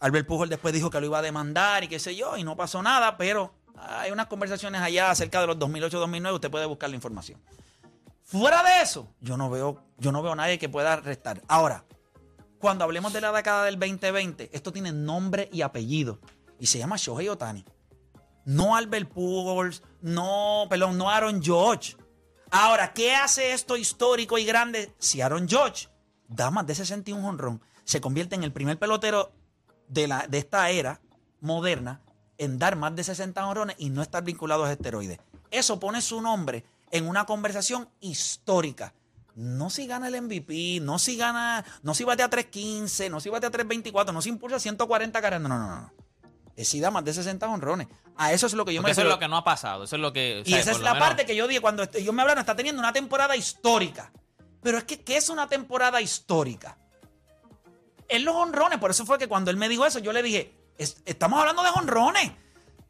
[SPEAKER 3] Albert Pujol después dijo que lo iba a demandar y qué sé yo, y no pasó nada, pero hay unas conversaciones allá acerca de los 2008-2009, usted puede buscar la información. Fuera de eso, yo no veo, yo no veo a nadie que pueda restar. Ahora, cuando hablemos de la década del 2020, esto tiene nombre y apellido y se llama Shohei Otani. No Albert Pujols, no, perdón, no Aaron George. Ahora, ¿qué hace esto histórico y grande si Aaron George da más de 61 honrón, se convierte en el primer pelotero de, la, de esta era moderna en dar más de 60 honrones y no estar vinculados a esteroides. Eso pone su nombre en una conversación histórica. No si gana el MVP, no si gana, no si batea 315, no si batea 324, no si impulsa 140 carreras. No, no, no, no. decida más de 60 honrones. A eso es lo que yo
[SPEAKER 7] Porque
[SPEAKER 3] me
[SPEAKER 7] eso es
[SPEAKER 3] refiero.
[SPEAKER 7] lo que no ha pasado. Eso es lo que.
[SPEAKER 3] Y esa es la parte que yo dije cuando est- ellos me hablaron, está teniendo una temporada histórica. Pero es que, ¿qué es una temporada histórica? Es los honrones, por eso fue que cuando él me dijo eso, yo le dije, "Es- estamos hablando de honrones.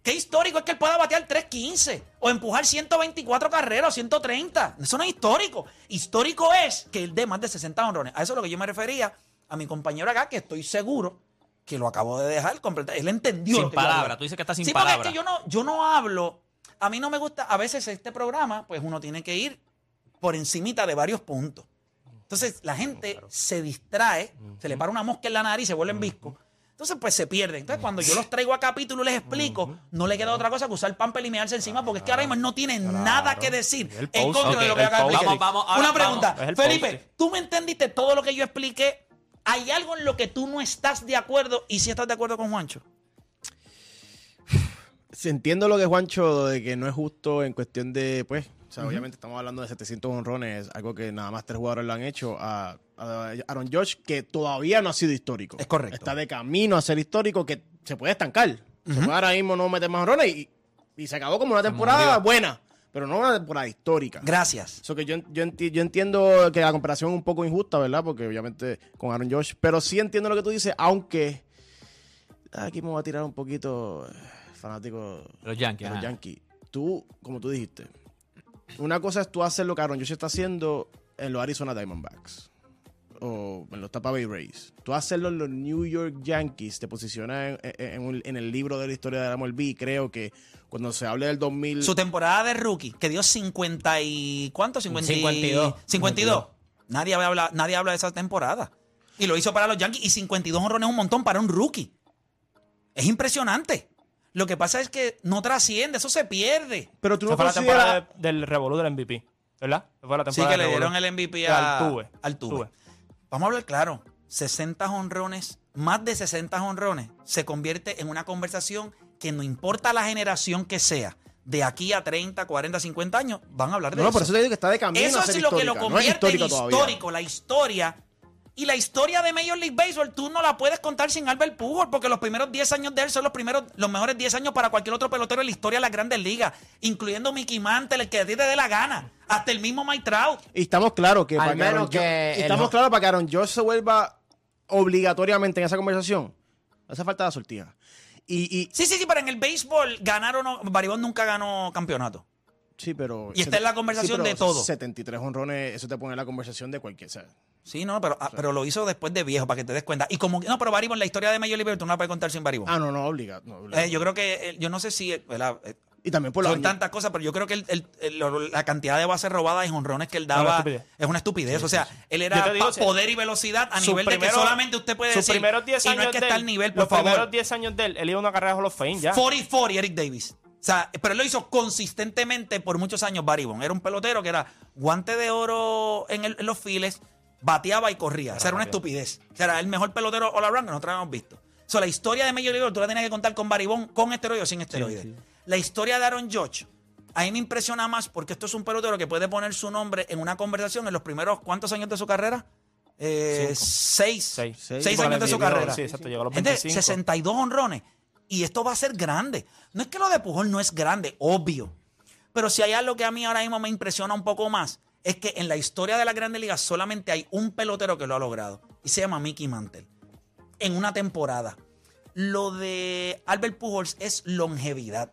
[SPEAKER 3] ¿Qué histórico es que él pueda batear 315 o empujar 124 carreras, 130? Eso no es histórico. Histórico es que él dé más de 60 honrones. A eso es lo que yo me refería a mi compañero acá, que estoy seguro que lo acabo de dejar completar. Él entendió.
[SPEAKER 7] Sin
[SPEAKER 3] lo que yo hablé.
[SPEAKER 7] palabra, tú dices que está sin
[SPEAKER 3] sí, Porque
[SPEAKER 7] palabra.
[SPEAKER 3] es que yo no, yo no hablo. A mí no me gusta. A veces este programa, pues uno tiene que ir por encimita de varios puntos. Entonces la gente se distrae, se le para una mosca en la nariz y se vuelven visco. Entonces, pues se pierden. Entonces, cuando yo los traigo a capítulo y les explico, no le queda otra cosa que usar pamper y mearse encima, porque es que ahora mismo él no tiene nada que decir
[SPEAKER 8] El
[SPEAKER 3] en
[SPEAKER 8] post,
[SPEAKER 3] contra de
[SPEAKER 7] ok,
[SPEAKER 3] lo que
[SPEAKER 7] el
[SPEAKER 3] acaba de
[SPEAKER 7] post.
[SPEAKER 3] explicar.
[SPEAKER 7] Vamos, vamos, ahora
[SPEAKER 3] Una
[SPEAKER 7] vamos.
[SPEAKER 3] pregunta.
[SPEAKER 8] Es el
[SPEAKER 3] Felipe,
[SPEAKER 8] post.
[SPEAKER 3] ¿tú me entendiste todo lo que yo expliqué? ¿Hay algo en lo que tú no estás de acuerdo y si estás de acuerdo con Juancho?
[SPEAKER 6] Sí, entiendo lo que Juancho, de que no es justo en cuestión de, pues, o sea, obviamente estamos hablando de 700 honrones, algo que nada más tres jugadores lo han hecho, a, a Aaron Josh, que todavía no ha sido histórico.
[SPEAKER 3] Es correcto.
[SPEAKER 6] Está de camino a ser histórico, que se puede estancar. Se puede ahora mismo no meter más honrones y, y se acabó como una temporada buena, pero no una temporada histórica.
[SPEAKER 3] Gracias.
[SPEAKER 6] So que yo, yo, enti- yo entiendo que la comparación es un poco injusta, ¿verdad? Porque obviamente con Aaron Josh. Pero sí entiendo lo que tú dices, aunque. Aquí me voy a tirar un poquito eh, fanático
[SPEAKER 7] Los Yankees.
[SPEAKER 6] de los
[SPEAKER 7] ajá.
[SPEAKER 6] Yankees. Tú, como tú dijiste, una cosa es tú hacer lo que Aaron Josh está haciendo en los Arizona Diamondbacks o en los Tampa Bay Rays. Tú hacerlo en los New York Yankees te posiciona en, en- en un- en el libro de la historia de la MLB. Creo que cuando se hable del 2000.
[SPEAKER 3] Su temporada de rookie, que dio 50 y... ¿Cuánto? 50 y-
[SPEAKER 7] 52.
[SPEAKER 3] 52. Nadie habla, nadie habla de esa temporada. Y lo hizo para los Yankees y 52 honrones es un montón para un rookie. Es impresionante. Lo que pasa es que no trasciende, eso se pierde.
[SPEAKER 6] pero tú
[SPEAKER 8] Esa
[SPEAKER 6] no
[SPEAKER 8] fue la
[SPEAKER 6] consideras.
[SPEAKER 8] temporada de- del revolú del MVP, ¿verdad? Esa Fue la
[SPEAKER 3] Sí,
[SPEAKER 8] temporada
[SPEAKER 3] que
[SPEAKER 8] del
[SPEAKER 3] le dieron
[SPEAKER 8] Revolú.
[SPEAKER 3] el MVP
[SPEAKER 8] Al
[SPEAKER 3] a,
[SPEAKER 8] Tuve.
[SPEAKER 3] al Tuve.
[SPEAKER 8] Tuve.
[SPEAKER 3] Vamos a hablar claro. 60 honrones, más de 60 honrones, se convierte en una conversación que no importa la generación que sea, de aquí a 30, 40, 50 años, van a hablar de
[SPEAKER 6] No, no,
[SPEAKER 3] eso.
[SPEAKER 6] por eso te digo que está de camino
[SPEAKER 3] Eso
[SPEAKER 6] a
[SPEAKER 3] es
[SPEAKER 6] ser
[SPEAKER 3] lo que lo
[SPEAKER 6] histórica. No
[SPEAKER 3] convierte
[SPEAKER 6] histórico
[SPEAKER 3] en
[SPEAKER 6] todavía.
[SPEAKER 3] histórico, la historia. Y la historia de Major League Baseball tú no la puedes contar sin Albert Pujol, porque los primeros 10 años de él son los primeros, los mejores 10 años para cualquier otro pelotero en la historia de las grandes ligas, incluyendo Mickey Mantle, el que a ti te dé la gana, hasta el mismo Mike Trout.
[SPEAKER 6] Y estamos claros que,
[SPEAKER 5] Al
[SPEAKER 6] para
[SPEAKER 5] menos
[SPEAKER 6] que, Aaron
[SPEAKER 5] que
[SPEAKER 6] Jo-
[SPEAKER 5] el-
[SPEAKER 6] estamos claros para que Aaron Josh se vuelva obligatoriamente en esa conversación. Hace falta la sortija. Y, y
[SPEAKER 3] Sí, sí, sí, pero en el béisbol ganaron, o- Baribón nunca ganó campeonato.
[SPEAKER 6] sí, pero
[SPEAKER 3] Y está en la conversación
[SPEAKER 6] pero
[SPEAKER 3] de todo.
[SPEAKER 6] 73 honrones, eso te pone en la conversación de cualquier, o sea,
[SPEAKER 3] Sí, no, pero, ah, pero lo hizo después de viejo, para que te des cuenta. Y como, no, pero Baribón, la historia de Major League Baseball tú no la puedes contar sin Baribón.
[SPEAKER 6] Ah, no, no, obliga. no, obliga.
[SPEAKER 3] Eh, yo creo que, eh, yo no sé si, eh, ¿verdad? Eh,
[SPEAKER 6] y también por los
[SPEAKER 3] son
[SPEAKER 6] años-
[SPEAKER 3] tantas cosas, pero yo creo que el- el- el- lo- la cantidad de bases robadas y honrones que él
[SPEAKER 8] una
[SPEAKER 3] daba
[SPEAKER 8] estupidez.
[SPEAKER 3] es una estupidez. o sea, él
[SPEAKER 8] Yo
[SPEAKER 3] era
[SPEAKER 8] te digo,
[SPEAKER 3] pa-
[SPEAKER 8] si-
[SPEAKER 3] poder y velocidad a
[SPEAKER 8] Sus
[SPEAKER 3] nivel de que
[SPEAKER 8] primeros-
[SPEAKER 3] solamente usted puede
[SPEAKER 8] sus
[SPEAKER 3] decir.
[SPEAKER 8] primeros 10
[SPEAKER 3] y
[SPEAKER 8] años
[SPEAKER 3] no es que
[SPEAKER 8] de
[SPEAKER 3] está
[SPEAKER 8] él,
[SPEAKER 3] al nivel, por
[SPEAKER 8] los
[SPEAKER 3] favor.
[SPEAKER 8] primeros 10 años de él, él iba a una carrera de Hall of Fame ya.
[SPEAKER 3] 40-40 Eric Davis. O sea, pero él lo hizo consistentemente por muchos años Barry Bonds. Era un pelotero que era guante de oro en, el- en los files, bateaba y corría. o sea, era una estupidez. O sea, era el mejor pelotero all around que nosotros habíamos visto. O sea, la historia de Major League Baseball tú la tenías que contar con Barry Bonds, con esteroides o sin esteroides. La historia de Aaron Judge, a mí me impresiona más porque esto es un pelotero que puede poner su nombre en una conversación en los primeros, ¿cuántos años de su carrera? Eh, seis.
[SPEAKER 8] Seis.
[SPEAKER 3] Seis
[SPEAKER 8] Sí,
[SPEAKER 3] años de su
[SPEAKER 8] porque le-
[SPEAKER 3] carrera.
[SPEAKER 8] Sí, exacto, llegó a los
[SPEAKER 3] Gente,
[SPEAKER 8] 25.
[SPEAKER 3] 62 honrones. Y esto va a ser grande. No es que lo de Pujol no es grande, obvio. Pero si hay algo que a mí ahora mismo me impresiona un poco más, es que en la historia de la Grande Liga solamente hay un pelotero que lo ha logrado. Y se llama Mickey Mantle. En una temporada. Lo de Albert Pujols es longevidad.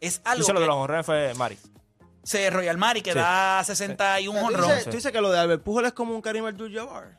[SPEAKER 3] Es algo
[SPEAKER 8] Dice lo de
[SPEAKER 3] que
[SPEAKER 8] los honrones fue Mari.
[SPEAKER 3] se Royal Mari que da 61
[SPEAKER 6] Tú
[SPEAKER 3] honrones.
[SPEAKER 6] dices, tú dices que lo de Albert Pujol es como un Karim Abdul-Jabbar.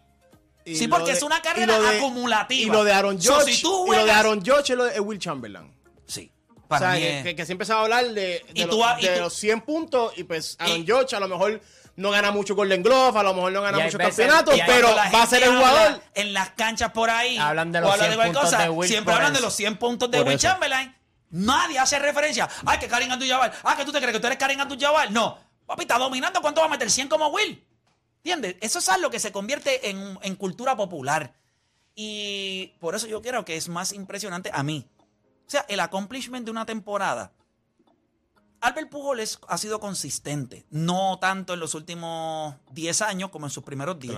[SPEAKER 6] Y
[SPEAKER 3] Sí,
[SPEAKER 6] lo
[SPEAKER 3] porque es una carrera
[SPEAKER 6] y lo
[SPEAKER 3] acumulativa.
[SPEAKER 6] Y lo de Aaron
[SPEAKER 3] So,
[SPEAKER 6] Josh,
[SPEAKER 3] si tú
[SPEAKER 6] y lo de
[SPEAKER 3] juegas-
[SPEAKER 6] Aaron Josh es lo de Will Chamberlain.
[SPEAKER 3] Sí.
[SPEAKER 6] O
[SPEAKER 3] Para
[SPEAKER 6] sea,
[SPEAKER 3] mí
[SPEAKER 6] que,
[SPEAKER 3] es-
[SPEAKER 6] que- que siempre se va a hablar de, de
[SPEAKER 3] Y
[SPEAKER 6] los-
[SPEAKER 3] tú ha- y
[SPEAKER 6] de
[SPEAKER 3] tú-
[SPEAKER 6] los 100 puntos y pues Aaron
[SPEAKER 3] Y-
[SPEAKER 6] George a lo mejor no gana mucho Golden Glove, a lo mejor no gana
[SPEAKER 5] Y hay
[SPEAKER 6] muchos
[SPEAKER 5] veces-
[SPEAKER 6] campeonatos,
[SPEAKER 5] y hay-
[SPEAKER 6] pero
[SPEAKER 3] cuando la
[SPEAKER 6] va a ser
[SPEAKER 3] gente
[SPEAKER 6] el
[SPEAKER 3] habla
[SPEAKER 6] jugador.
[SPEAKER 3] En las canchas por ahí.
[SPEAKER 5] Hablan de
[SPEAKER 3] o
[SPEAKER 5] los
[SPEAKER 3] habla
[SPEAKER 5] 100
[SPEAKER 3] cualquier
[SPEAKER 5] puntos
[SPEAKER 3] cosa,
[SPEAKER 5] de Will,
[SPEAKER 3] Siempre
[SPEAKER 5] por
[SPEAKER 3] hablan de
[SPEAKER 5] eso.
[SPEAKER 3] los 100 puntos de
[SPEAKER 5] Por
[SPEAKER 3] Will
[SPEAKER 5] eso.
[SPEAKER 3] Chamberlain. Nadie hace referencia. Ay, que Karim Abdul-Jabbar. Ah, que tú te crees que tú eres Karim Abdul-Jabbar. No. Papi, está dominando. ¿Cuánto va a meter? 100 como Will. ¿Entiendes? Eso es algo que se convierte en, en cultura popular. Y por eso yo creo que es más impresionante a mí. O sea, el accomplishment de una temporada. Albert Pujol es- ha sido consistente. No tanto en los últimos 10 años como en sus primeros 10.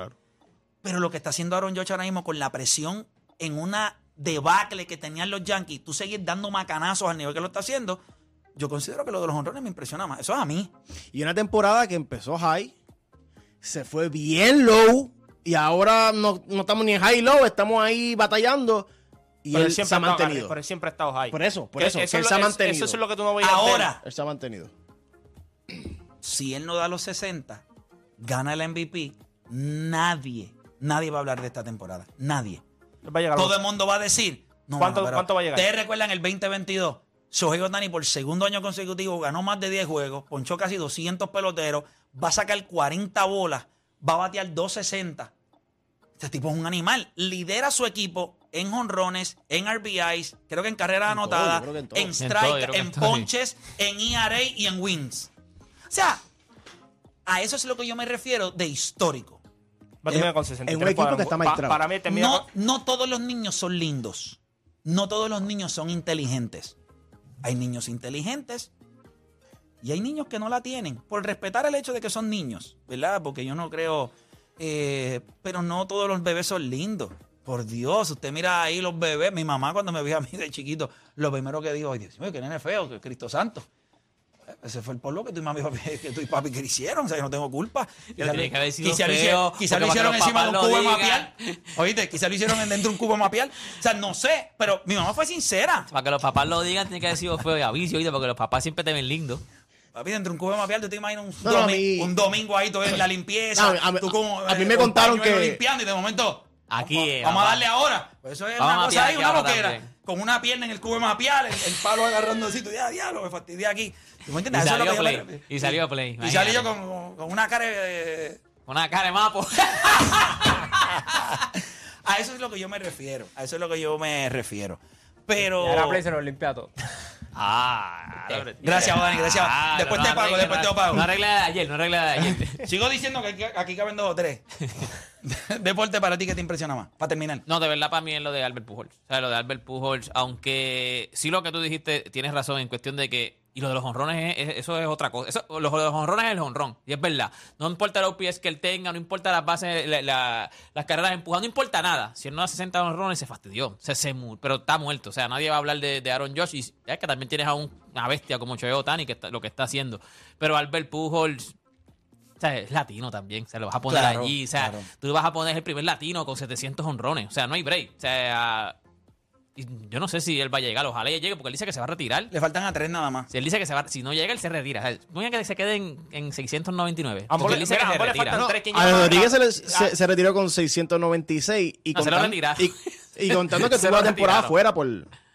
[SPEAKER 3] Pero lo que está haciendo Aaron Judge ahora mismo con la presión en una debacle que tenían los Yankees, tú seguir dando macanazos al nivel que lo está haciendo, yo considero que lo de los honrones me impresiona más. Eso es a mí.
[SPEAKER 6] Y una temporada que empezó high, se fue bien low, y ahora no, no estamos ni en high low, estamos ahí batallando. Y
[SPEAKER 8] Pero
[SPEAKER 6] él se ha
[SPEAKER 8] estado agarre-
[SPEAKER 6] mantenido.
[SPEAKER 8] pero él siempre ha estado high.
[SPEAKER 6] Por eso, por
[SPEAKER 8] Que
[SPEAKER 6] eso, que
[SPEAKER 8] es
[SPEAKER 6] él se ha
[SPEAKER 8] lo- es-
[SPEAKER 6] mantenido.
[SPEAKER 8] Eso es lo que tú no veías. de él.
[SPEAKER 3] Ahora,
[SPEAKER 6] Él se ha mantenido.
[SPEAKER 3] si él no da los 60, gana el MVP, nadie, nadie va a hablar de esta temporada. Nadie.
[SPEAKER 8] Él va a llegar a
[SPEAKER 3] Todo
[SPEAKER 8] los-
[SPEAKER 3] el mundo va a decir. No,
[SPEAKER 8] ¿Cuánto-
[SPEAKER 3] no, pero
[SPEAKER 8] cuánto va a llegar?
[SPEAKER 3] Ustedes recuerdan el 2022. Shohei Otani por segundo año consecutivo ganó más de 10 juegos, ponchó casi 200 peloteros, va a sacar 40 bolas, va a batear 260. Este tipo es un animal. Lidera a su equipo en jonrones, en RBIs, creo que en carreras
[SPEAKER 6] todo,
[SPEAKER 3] anotadas,
[SPEAKER 6] yo creo que en
[SPEAKER 3] en,
[SPEAKER 6] todo. En
[SPEAKER 3] strike,
[SPEAKER 7] todo, yo creo que
[SPEAKER 3] en,
[SPEAKER 7] en todo, sí.
[SPEAKER 3] ponches, en ERA y en wins. O sea, a eso es lo que yo me refiero de histórico.
[SPEAKER 8] Va a terminar con
[SPEAKER 6] En-
[SPEAKER 8] 63
[SPEAKER 6] en un equipo que está
[SPEAKER 8] cuadrangu-
[SPEAKER 6] maestrado.
[SPEAKER 8] Pa- Para mí termina
[SPEAKER 3] No,
[SPEAKER 8] con-
[SPEAKER 3] no todos los niños son lindos. No todos los niños son inteligentes. Hay niños inteligentes y hay niños que no la tienen. Por respetar el hecho de que son niños, ¿verdad? Porque yo no creo. eh, pero no todos los bebés son lindos. Por Dios, usted mira ahí los bebés. Mi mamá, cuando me vio a mí de chiquito, lo primero que dijo, ay Dios mío, que nene feo, que Cristo Santo. Eh, Ese fue el polvo que tu mami y papi, que tú y papi que le hicieron, o sea, yo no tengo culpa. Quizá
[SPEAKER 7] tiene que haber sido
[SPEAKER 3] quizá lo
[SPEAKER 7] feo,
[SPEAKER 3] hicieron- quizá
[SPEAKER 7] porque
[SPEAKER 3] lo
[SPEAKER 7] para
[SPEAKER 3] hicieron
[SPEAKER 7] que los
[SPEAKER 3] encima de un
[SPEAKER 7] papás lo
[SPEAKER 3] cubo de
[SPEAKER 7] digan.
[SPEAKER 3] mapear. Oíste, quizá lo hicieron dentro de un cubo mapear. O sea, no sé, pero mi mamá fue sincera.
[SPEAKER 7] Para que los papás lo digan, tiene que haber sido feo y aviso, oíste, porque los papás siempre te ven lindo.
[SPEAKER 3] Papi, dentro de un cubo de mapear, tú te imaginas un,
[SPEAKER 6] No, no, a
[SPEAKER 3] domi-
[SPEAKER 6] mí-
[SPEAKER 3] un domingo ahí todo en la limpieza.
[SPEAKER 6] No, a mí-
[SPEAKER 3] tú como,
[SPEAKER 6] a mí
[SPEAKER 3] eh,
[SPEAKER 6] me
[SPEAKER 3] con
[SPEAKER 6] contaron
[SPEAKER 3] pañuelo
[SPEAKER 6] que-
[SPEAKER 3] limpiando y de momento.
[SPEAKER 7] Aquí
[SPEAKER 3] vamos,
[SPEAKER 7] es,
[SPEAKER 3] vamos a
[SPEAKER 7] papá.
[SPEAKER 3] darle ahora. Pues eso es
[SPEAKER 7] Vamos
[SPEAKER 3] una
[SPEAKER 7] a
[SPEAKER 3] cosa
[SPEAKER 7] mapear
[SPEAKER 3] ahí,
[SPEAKER 7] aquí
[SPEAKER 3] una
[SPEAKER 7] ahora
[SPEAKER 3] loquera.
[SPEAKER 7] también.
[SPEAKER 3] Con una pierna en el cubo de mapear, el, el palo agarrando así, tú ya, diablo, me fastidié aquí. ¿Tú me
[SPEAKER 7] Y
[SPEAKER 3] entiendes? Eso es lo
[SPEAKER 7] salió
[SPEAKER 3] que yo me-
[SPEAKER 7] play. Y salió play.
[SPEAKER 3] Y salí
[SPEAKER 7] imagínate.
[SPEAKER 3] yo con, con- con una cara de...
[SPEAKER 7] Una cara de mapo.
[SPEAKER 3] A eso es lo que yo me refiero. A eso es lo que yo me refiero. Pero...
[SPEAKER 5] Y ahora Play se los limpia a todos.
[SPEAKER 7] ah, ahora-
[SPEAKER 3] Gracias, Dani, gracias. Después te pago,
[SPEAKER 7] arregla-
[SPEAKER 3] después te pago.
[SPEAKER 7] Ah, No arregla la de ayer, no arregla la de ayer.
[SPEAKER 3] Sigo diciendo que aquí, aquí caben dos o tres. Deporte para ti que te impresiona más. Para terminar.
[SPEAKER 7] No, de verdad para mí es lo de Albert Pujols. O sea, lo de Albert Pujols, aunque sí lo que tú dijiste tienes razón en cuestión de que y lo de los honrones es- es- eso es otra cosa. Eso, lo de los honrones es el honrón, y es verdad. No importa los pies que él tenga, no importa las bases, la- la- las carreras empujadas, no importa nada. Si él no da 60 honrones se fastidió, se, se mu- pero está muerto, o sea, nadie va a hablar de, de Aaron Josh y ya que también tienes a un- una bestia como Choyo Otani que está- lo que está haciendo. Pero Albert Pujols o sea, es latino también. Se lo vas a poner
[SPEAKER 3] Claro,
[SPEAKER 7] allí. O sea,
[SPEAKER 3] claro.
[SPEAKER 7] tú vas a poner el primer latino con 700 honrones. O sea, no hay break. O sea, y yo no sé si él va a llegar. Ojalá y llegue porque él dice que se va a retirar.
[SPEAKER 3] Le faltan a tres nada más.
[SPEAKER 7] Si él dice que se va, si no llega, él se retira. O sea, muy bien que se quede en, en 699.
[SPEAKER 8] Ambos
[SPEAKER 7] Porque
[SPEAKER 8] le-
[SPEAKER 7] él dice
[SPEAKER 8] mira,
[SPEAKER 7] que se
[SPEAKER 8] ambos le
[SPEAKER 7] retira.
[SPEAKER 8] faltan
[SPEAKER 7] No,
[SPEAKER 8] tres que
[SPEAKER 6] A
[SPEAKER 8] llevan-
[SPEAKER 6] Rodríguez se, le-
[SPEAKER 8] Ah,
[SPEAKER 6] se- se retiró con 696 y,
[SPEAKER 7] No, se lo
[SPEAKER 6] contan-
[SPEAKER 7] retiraron.
[SPEAKER 6] y, y contando que
[SPEAKER 7] Se
[SPEAKER 6] tuvo
[SPEAKER 7] lo
[SPEAKER 6] la temporada
[SPEAKER 7] retiraron.
[SPEAKER 6] fuera por,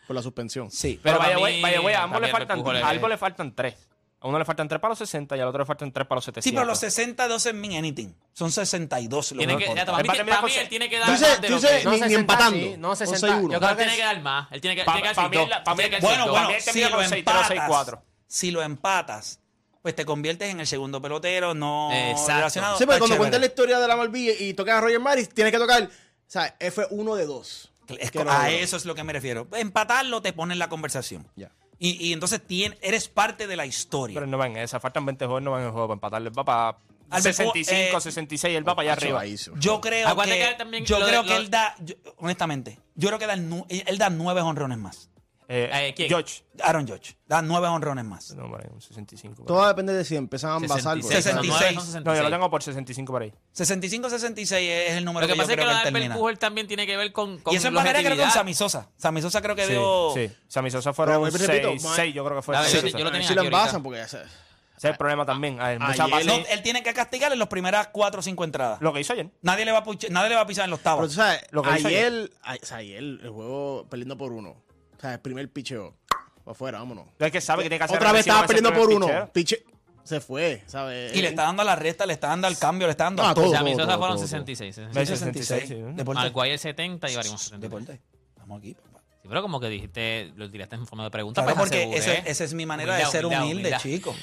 [SPEAKER 6] por la suspensión.
[SPEAKER 3] Sí.
[SPEAKER 8] Pero
[SPEAKER 7] para
[SPEAKER 8] vaya,
[SPEAKER 7] mí,
[SPEAKER 8] güey, vaya, güey, a ambos le
[SPEAKER 7] también
[SPEAKER 8] faltan,
[SPEAKER 7] Pujols es-
[SPEAKER 8] a ambos le faltan tres. A uno le faltan tres para los 60 y al otro le faltan tres para los 700.
[SPEAKER 3] Sí, pero los 60 doesn't mean anything. Son 62. Lo
[SPEAKER 7] Tiene
[SPEAKER 3] que
[SPEAKER 7] que,
[SPEAKER 3] importa.
[SPEAKER 7] ya, para
[SPEAKER 8] Él
[SPEAKER 7] mí,
[SPEAKER 8] va a
[SPEAKER 7] que-
[SPEAKER 8] terminar
[SPEAKER 7] para
[SPEAKER 8] con
[SPEAKER 7] mí
[SPEAKER 8] se-
[SPEAKER 7] él tiene que
[SPEAKER 6] Tú
[SPEAKER 7] dar más
[SPEAKER 6] dices-
[SPEAKER 7] Ah, de
[SPEAKER 6] tú
[SPEAKER 7] lo
[SPEAKER 6] dices-
[SPEAKER 7] que-
[SPEAKER 5] No,
[SPEAKER 6] Ni- ni
[SPEAKER 5] 60,
[SPEAKER 6] empatando.
[SPEAKER 5] sí, no,
[SPEAKER 6] O
[SPEAKER 5] 60.
[SPEAKER 6] seis uno.
[SPEAKER 5] Yo
[SPEAKER 7] No,
[SPEAKER 5] creo
[SPEAKER 7] él
[SPEAKER 5] que
[SPEAKER 7] tiene
[SPEAKER 5] es-
[SPEAKER 7] que dar más. Él tiene que,
[SPEAKER 8] Pa-
[SPEAKER 7] tiene que
[SPEAKER 8] pa'
[SPEAKER 7] dar
[SPEAKER 8] mí
[SPEAKER 7] dos.
[SPEAKER 8] él la- pa'
[SPEAKER 7] Él
[SPEAKER 8] mí
[SPEAKER 7] tiene que
[SPEAKER 8] él-
[SPEAKER 7] dar
[SPEAKER 3] Bueno,
[SPEAKER 7] dos.
[SPEAKER 3] bueno,
[SPEAKER 8] También
[SPEAKER 3] si
[SPEAKER 8] termina
[SPEAKER 3] lo
[SPEAKER 8] con seis, tres, seis,
[SPEAKER 3] empatas,
[SPEAKER 8] cuatro.
[SPEAKER 3] si lo empatas, pues te conviertes en el segundo pelotero no
[SPEAKER 7] Exacto.
[SPEAKER 3] relacionado.
[SPEAKER 6] Sí, pero
[SPEAKER 3] Está
[SPEAKER 6] cuando
[SPEAKER 3] chévere.
[SPEAKER 6] cuentas la historia de la Malvilla y tocas a Roger Maris, tienes que tocar. O sea, fue uno de dos.
[SPEAKER 3] Es
[SPEAKER 6] que
[SPEAKER 3] co-
[SPEAKER 6] no-
[SPEAKER 3] a eso es lo que me refiero. Empatarlo te pone en la conversación.
[SPEAKER 6] Ya.
[SPEAKER 3] Y, y entonces tien- eres parte de la historia.
[SPEAKER 8] Pero no van en esa, faltan 20 juegos, no van en el juego para empatarle. Él va para
[SPEAKER 3] Albert Pujols,
[SPEAKER 8] 65,
[SPEAKER 3] eh,
[SPEAKER 8] 66, él va para allá
[SPEAKER 6] Ocho,
[SPEAKER 8] arriba.
[SPEAKER 6] ahí hizo.
[SPEAKER 3] Yo creo
[SPEAKER 7] Acuérdate
[SPEAKER 3] que,
[SPEAKER 7] que también
[SPEAKER 3] yo
[SPEAKER 7] lo de-
[SPEAKER 3] creo
[SPEAKER 7] lo-
[SPEAKER 3] que él da, yo- honestamente, yo creo que da el nu- él da nueve honrones más.
[SPEAKER 8] Eh,
[SPEAKER 7] Eh, ¿quién?
[SPEAKER 8] George.
[SPEAKER 3] Aaron George da nueve honrones más.
[SPEAKER 8] No, hombre, un 65. por ahí.
[SPEAKER 6] Todo depende de si empezaban a basar.
[SPEAKER 7] 66,
[SPEAKER 3] 66.
[SPEAKER 7] son
[SPEAKER 8] No, yo lo
[SPEAKER 7] 66.
[SPEAKER 8] tengo por 65 por ahí.
[SPEAKER 3] 65-66 es el número
[SPEAKER 7] Lo que
[SPEAKER 3] que, yo
[SPEAKER 7] pasa es
[SPEAKER 3] creo que
[SPEAKER 7] que lo
[SPEAKER 3] él
[SPEAKER 7] de Albert
[SPEAKER 3] termina.
[SPEAKER 7] Pujols también tiene que ver con, con
[SPEAKER 3] y eso en
[SPEAKER 7] la
[SPEAKER 3] manera creo que con
[SPEAKER 7] objetividad.
[SPEAKER 3] Sami Sosa. Sami Sosa creo que
[SPEAKER 8] Sí,
[SPEAKER 3] dio...
[SPEAKER 8] sí. Sammy Sosa
[SPEAKER 6] Pero
[SPEAKER 8] fueron
[SPEAKER 6] vuelvo y repito,
[SPEAKER 8] 6,
[SPEAKER 6] ma-
[SPEAKER 8] 6 yo creo que fue.
[SPEAKER 7] A ver,
[SPEAKER 8] Sammy
[SPEAKER 7] Oh. yo-
[SPEAKER 8] Sosa.
[SPEAKER 7] yo lo
[SPEAKER 8] Ese
[SPEAKER 7] tenía
[SPEAKER 6] Si lo
[SPEAKER 7] aquí ahorita.
[SPEAKER 6] envasan, porque ya se-
[SPEAKER 8] es el problema también. A ver, mucha
[SPEAKER 6] Ayer-
[SPEAKER 8] paz-
[SPEAKER 3] No, él tiene que castigar en los primeras cuatro o cinco entradas.
[SPEAKER 8] Lo que hizo ayer.
[SPEAKER 3] Nadie, le va a puche- nadie le va a pisar en los
[SPEAKER 6] Pero
[SPEAKER 3] octavos.
[SPEAKER 6] tú sabes,
[SPEAKER 8] Lo que hizo
[SPEAKER 6] ayer, a- o sea, ayer el juego perdiendo por uno. O sea, el primer picheo. Para afuera, vámonos.
[SPEAKER 8] Es que sabe que tiene que hacer
[SPEAKER 6] Otra vez
[SPEAKER 8] agresivo
[SPEAKER 6] estaba
[SPEAKER 8] ese
[SPEAKER 6] perdiendo por
[SPEAKER 8] primer
[SPEAKER 6] uno.
[SPEAKER 8] picheo.
[SPEAKER 6] Piche- Se fue, ¿sabes?
[SPEAKER 3] Y le está dando a la resta, le está dando al cambio, le está dando
[SPEAKER 6] No,
[SPEAKER 3] a
[SPEAKER 6] a
[SPEAKER 3] todo.
[SPEAKER 6] todo.
[SPEAKER 7] Sammy Sosa
[SPEAKER 6] todo,
[SPEAKER 7] fueron
[SPEAKER 6] todo.
[SPEAKER 7] 66. 66.
[SPEAKER 8] Ves,
[SPEAKER 3] 66.
[SPEAKER 8] 66, sí, ¿no?
[SPEAKER 3] Deporte.
[SPEAKER 7] Alguayer 70 y Barimón 70.
[SPEAKER 3] Deporte. Estamos aquí, papá.
[SPEAKER 7] Sí, pero como que dijiste, lo tiraste en forma de pregunta.
[SPEAKER 3] Claro,
[SPEAKER 7] pues
[SPEAKER 3] porque
[SPEAKER 7] aseguré.
[SPEAKER 3] esa, esa es mi manera de
[SPEAKER 7] Humildad,
[SPEAKER 3] ser
[SPEAKER 7] humildad,
[SPEAKER 3] humilde,
[SPEAKER 7] humildad.
[SPEAKER 3] chico.